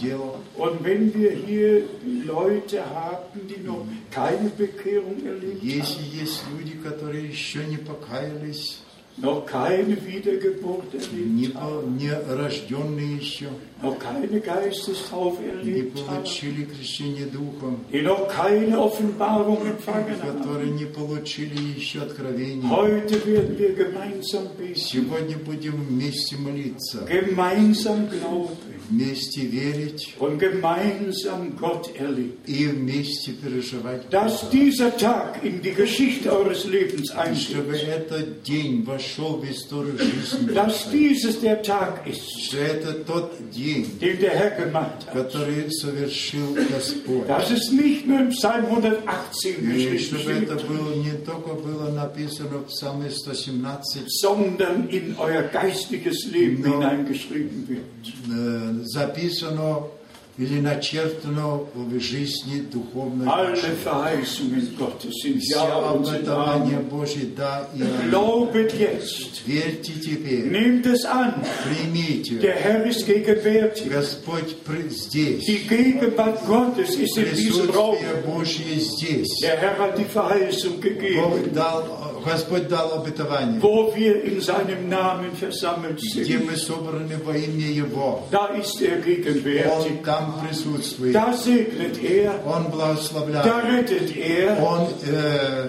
Speaker 1: дело,
Speaker 2: Und wenn wir hier Leute haben, die noch keine Bekehrung erlebt haben,
Speaker 1: Если есть люди, которые еще не покаялись,
Speaker 2: noch keine Wiedergeburt
Speaker 1: не,
Speaker 2: erlebt
Speaker 1: по-
Speaker 2: haben,
Speaker 1: не рожденные еще,
Speaker 2: noch keine Geistestaufe
Speaker 1: не
Speaker 2: erlebt haben,
Speaker 1: получили крещение Духом,
Speaker 2: die noch keine Offenbarung empfangen haben.
Speaker 1: которые не получили еще откровение,
Speaker 2: Heute werden wir gemeinsam beten,
Speaker 1: сегодня будем вместе молиться,
Speaker 2: gemeinsam glauben,
Speaker 1: вместе верить
Speaker 2: und gemeinsam Gott erlebt.
Speaker 1: и вместе переживать.
Speaker 2: Dass dieser Tag in die Geschichte eures Lebens
Speaker 1: Чтобы
Speaker 2: einschreibt,
Speaker 1: этот день вошел в историю жизни.
Speaker 2: dass
Speaker 1: вашей.
Speaker 2: dieses der Tag ist,
Speaker 1: Что это тот день,
Speaker 2: den der Herr gemacht hat.
Speaker 1: который совершил Господь.
Speaker 2: Das ist nicht nur im Psalm 118
Speaker 1: И чтобы это
Speaker 2: geschrieben,
Speaker 1: было не только было написано в Псалме 117,
Speaker 2: sondern in euer geistiges Leben
Speaker 1: No.
Speaker 2: hineingeschrieben wird.
Speaker 1: э, записано или начертано в жизни духовной
Speaker 2: Alle
Speaker 1: нашей.
Speaker 2: Verheißungen Gottes sind
Speaker 1: Все
Speaker 2: Ja und sind
Speaker 1: обетования
Speaker 2: Amen.
Speaker 1: Божьи, да и аминь.
Speaker 2: Glaubet jetzt,
Speaker 1: Верьте теперь,
Speaker 2: nehmt es an. Der
Speaker 1: примите.
Speaker 2: Herr ist gegenwärtig.
Speaker 1: Господь при- здесь,
Speaker 2: Die Gegenwart Gottes ist in diesem Raum.
Speaker 1: присутствие Божье здесь.
Speaker 2: Der Herr hat die Verheißung
Speaker 1: Бог
Speaker 2: gegeben,
Speaker 1: дал, Господь дал обетование,
Speaker 2: wo wir in seinem Namen versammelt
Speaker 1: где
Speaker 2: sind.
Speaker 1: мы собраны во имя Его.
Speaker 2: Da ist er gegenwärtig.
Speaker 1: Он там присутствует.
Speaker 2: Da segnet er,
Speaker 1: Он
Speaker 2: da
Speaker 1: благословляет.
Speaker 2: rettet er,
Speaker 1: Он э,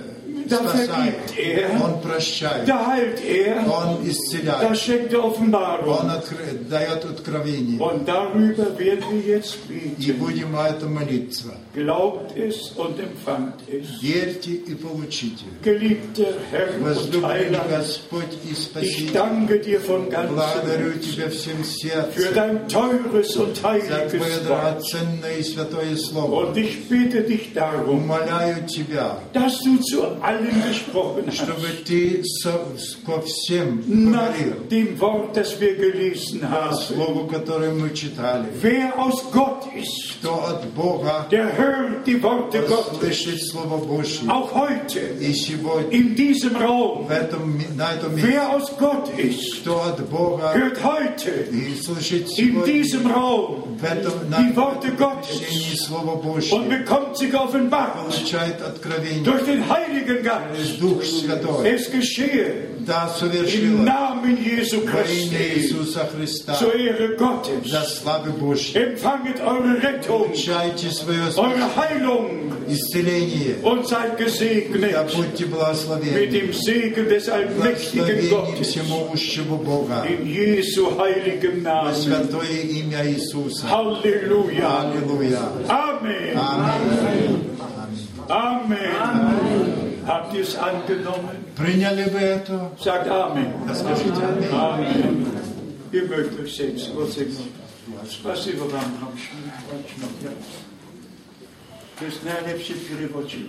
Speaker 2: Да
Speaker 1: спасает,
Speaker 2: vergibt er.
Speaker 1: Он прощает,
Speaker 2: da heilt er,
Speaker 1: Он
Speaker 2: da
Speaker 1: исцеляет,
Speaker 2: schenkt er
Speaker 1: Он
Speaker 2: Offenbarung.
Speaker 1: откры- дает откровение.
Speaker 2: Und darüber werden wir jetzt
Speaker 1: И
Speaker 2: beten.
Speaker 1: будем это молиться.
Speaker 2: Glaubt es und empfangt es.
Speaker 1: Верьте и получите.
Speaker 2: Geliebter Herr und
Speaker 1: Возлюбленный
Speaker 2: Heiland,
Speaker 1: Господь и
Speaker 2: ich
Speaker 1: Спаситель,
Speaker 2: danke dir von ganzem
Speaker 1: благодарю
Speaker 2: Herzen.
Speaker 1: Тебя всем
Speaker 2: für
Speaker 1: сердцем
Speaker 2: dein teures und
Speaker 1: за Твое
Speaker 2: heiliges Wort.
Speaker 1: драгоценное и святое Слово.
Speaker 2: Und ich bitte dich darum,
Speaker 1: Умоляю Тебя,
Speaker 2: dass du zu allen gesprochen
Speaker 1: чтобы
Speaker 2: hast,
Speaker 1: Ты со- ко всем
Speaker 2: nach
Speaker 1: говорил.
Speaker 2: dem Wort, das wir gelesen haben.
Speaker 1: Слову, которое мы читали.
Speaker 2: Wer aus Gott ist,
Speaker 1: Кто от Бога
Speaker 2: der hört die Worte Gottes,
Speaker 1: слышит Слово Божье.
Speaker 2: auch heute,
Speaker 1: И сегодня
Speaker 2: in diesem
Speaker 1: в
Speaker 2: Raum.
Speaker 1: этом, ми- на этом месте,
Speaker 2: Wer aus Gott ist,
Speaker 1: кто от Бога
Speaker 2: hört heute,
Speaker 1: и слышит
Speaker 2: in
Speaker 1: сегодня
Speaker 2: diesem Raum,
Speaker 1: в этом на
Speaker 2: die Worte
Speaker 1: общении
Speaker 2: Gottes
Speaker 1: Слово
Speaker 2: und
Speaker 1: Божье
Speaker 2: bekommt sie geoffenbart
Speaker 1: получает откровение.
Speaker 2: durch den Heiligen Geist.
Speaker 1: Дух Святой
Speaker 2: Es geschehe
Speaker 1: да
Speaker 2: im
Speaker 1: совершила
Speaker 2: Namen Jesu
Speaker 1: во имя
Speaker 2: Christi
Speaker 1: Иисуса Христа
Speaker 2: zur Ehre
Speaker 1: за
Speaker 2: Gottes.
Speaker 1: славы Божьей.
Speaker 2: Empfanget eure Rettung,
Speaker 1: Получайте свое
Speaker 2: eure Heilung
Speaker 1: исцеление.
Speaker 2: und seid
Speaker 1: Да
Speaker 2: gesegnet
Speaker 1: будьте
Speaker 2: mit
Speaker 1: благословенны.
Speaker 2: dem Segen des allmächtigen
Speaker 1: Благословение
Speaker 2: Gottes.
Speaker 1: всемогущего Бога.
Speaker 2: In Jesu
Speaker 1: Во
Speaker 2: heiligem Namen.
Speaker 1: святое имя Иисуса.
Speaker 2: Halleluja.
Speaker 1: Аллилуйя.
Speaker 2: Amen.
Speaker 1: Аминь. Аминь.
Speaker 2: Amen. Habt ihr es angenommen?
Speaker 1: Приняли вы это?
Speaker 2: Sagt Amen.
Speaker 1: Расскажите аминь.
Speaker 2: Amen. Ihr mögt euch setzen. Gott segne euch. Спасибо вам, Рамшин. To jest najlepszy przywodzik.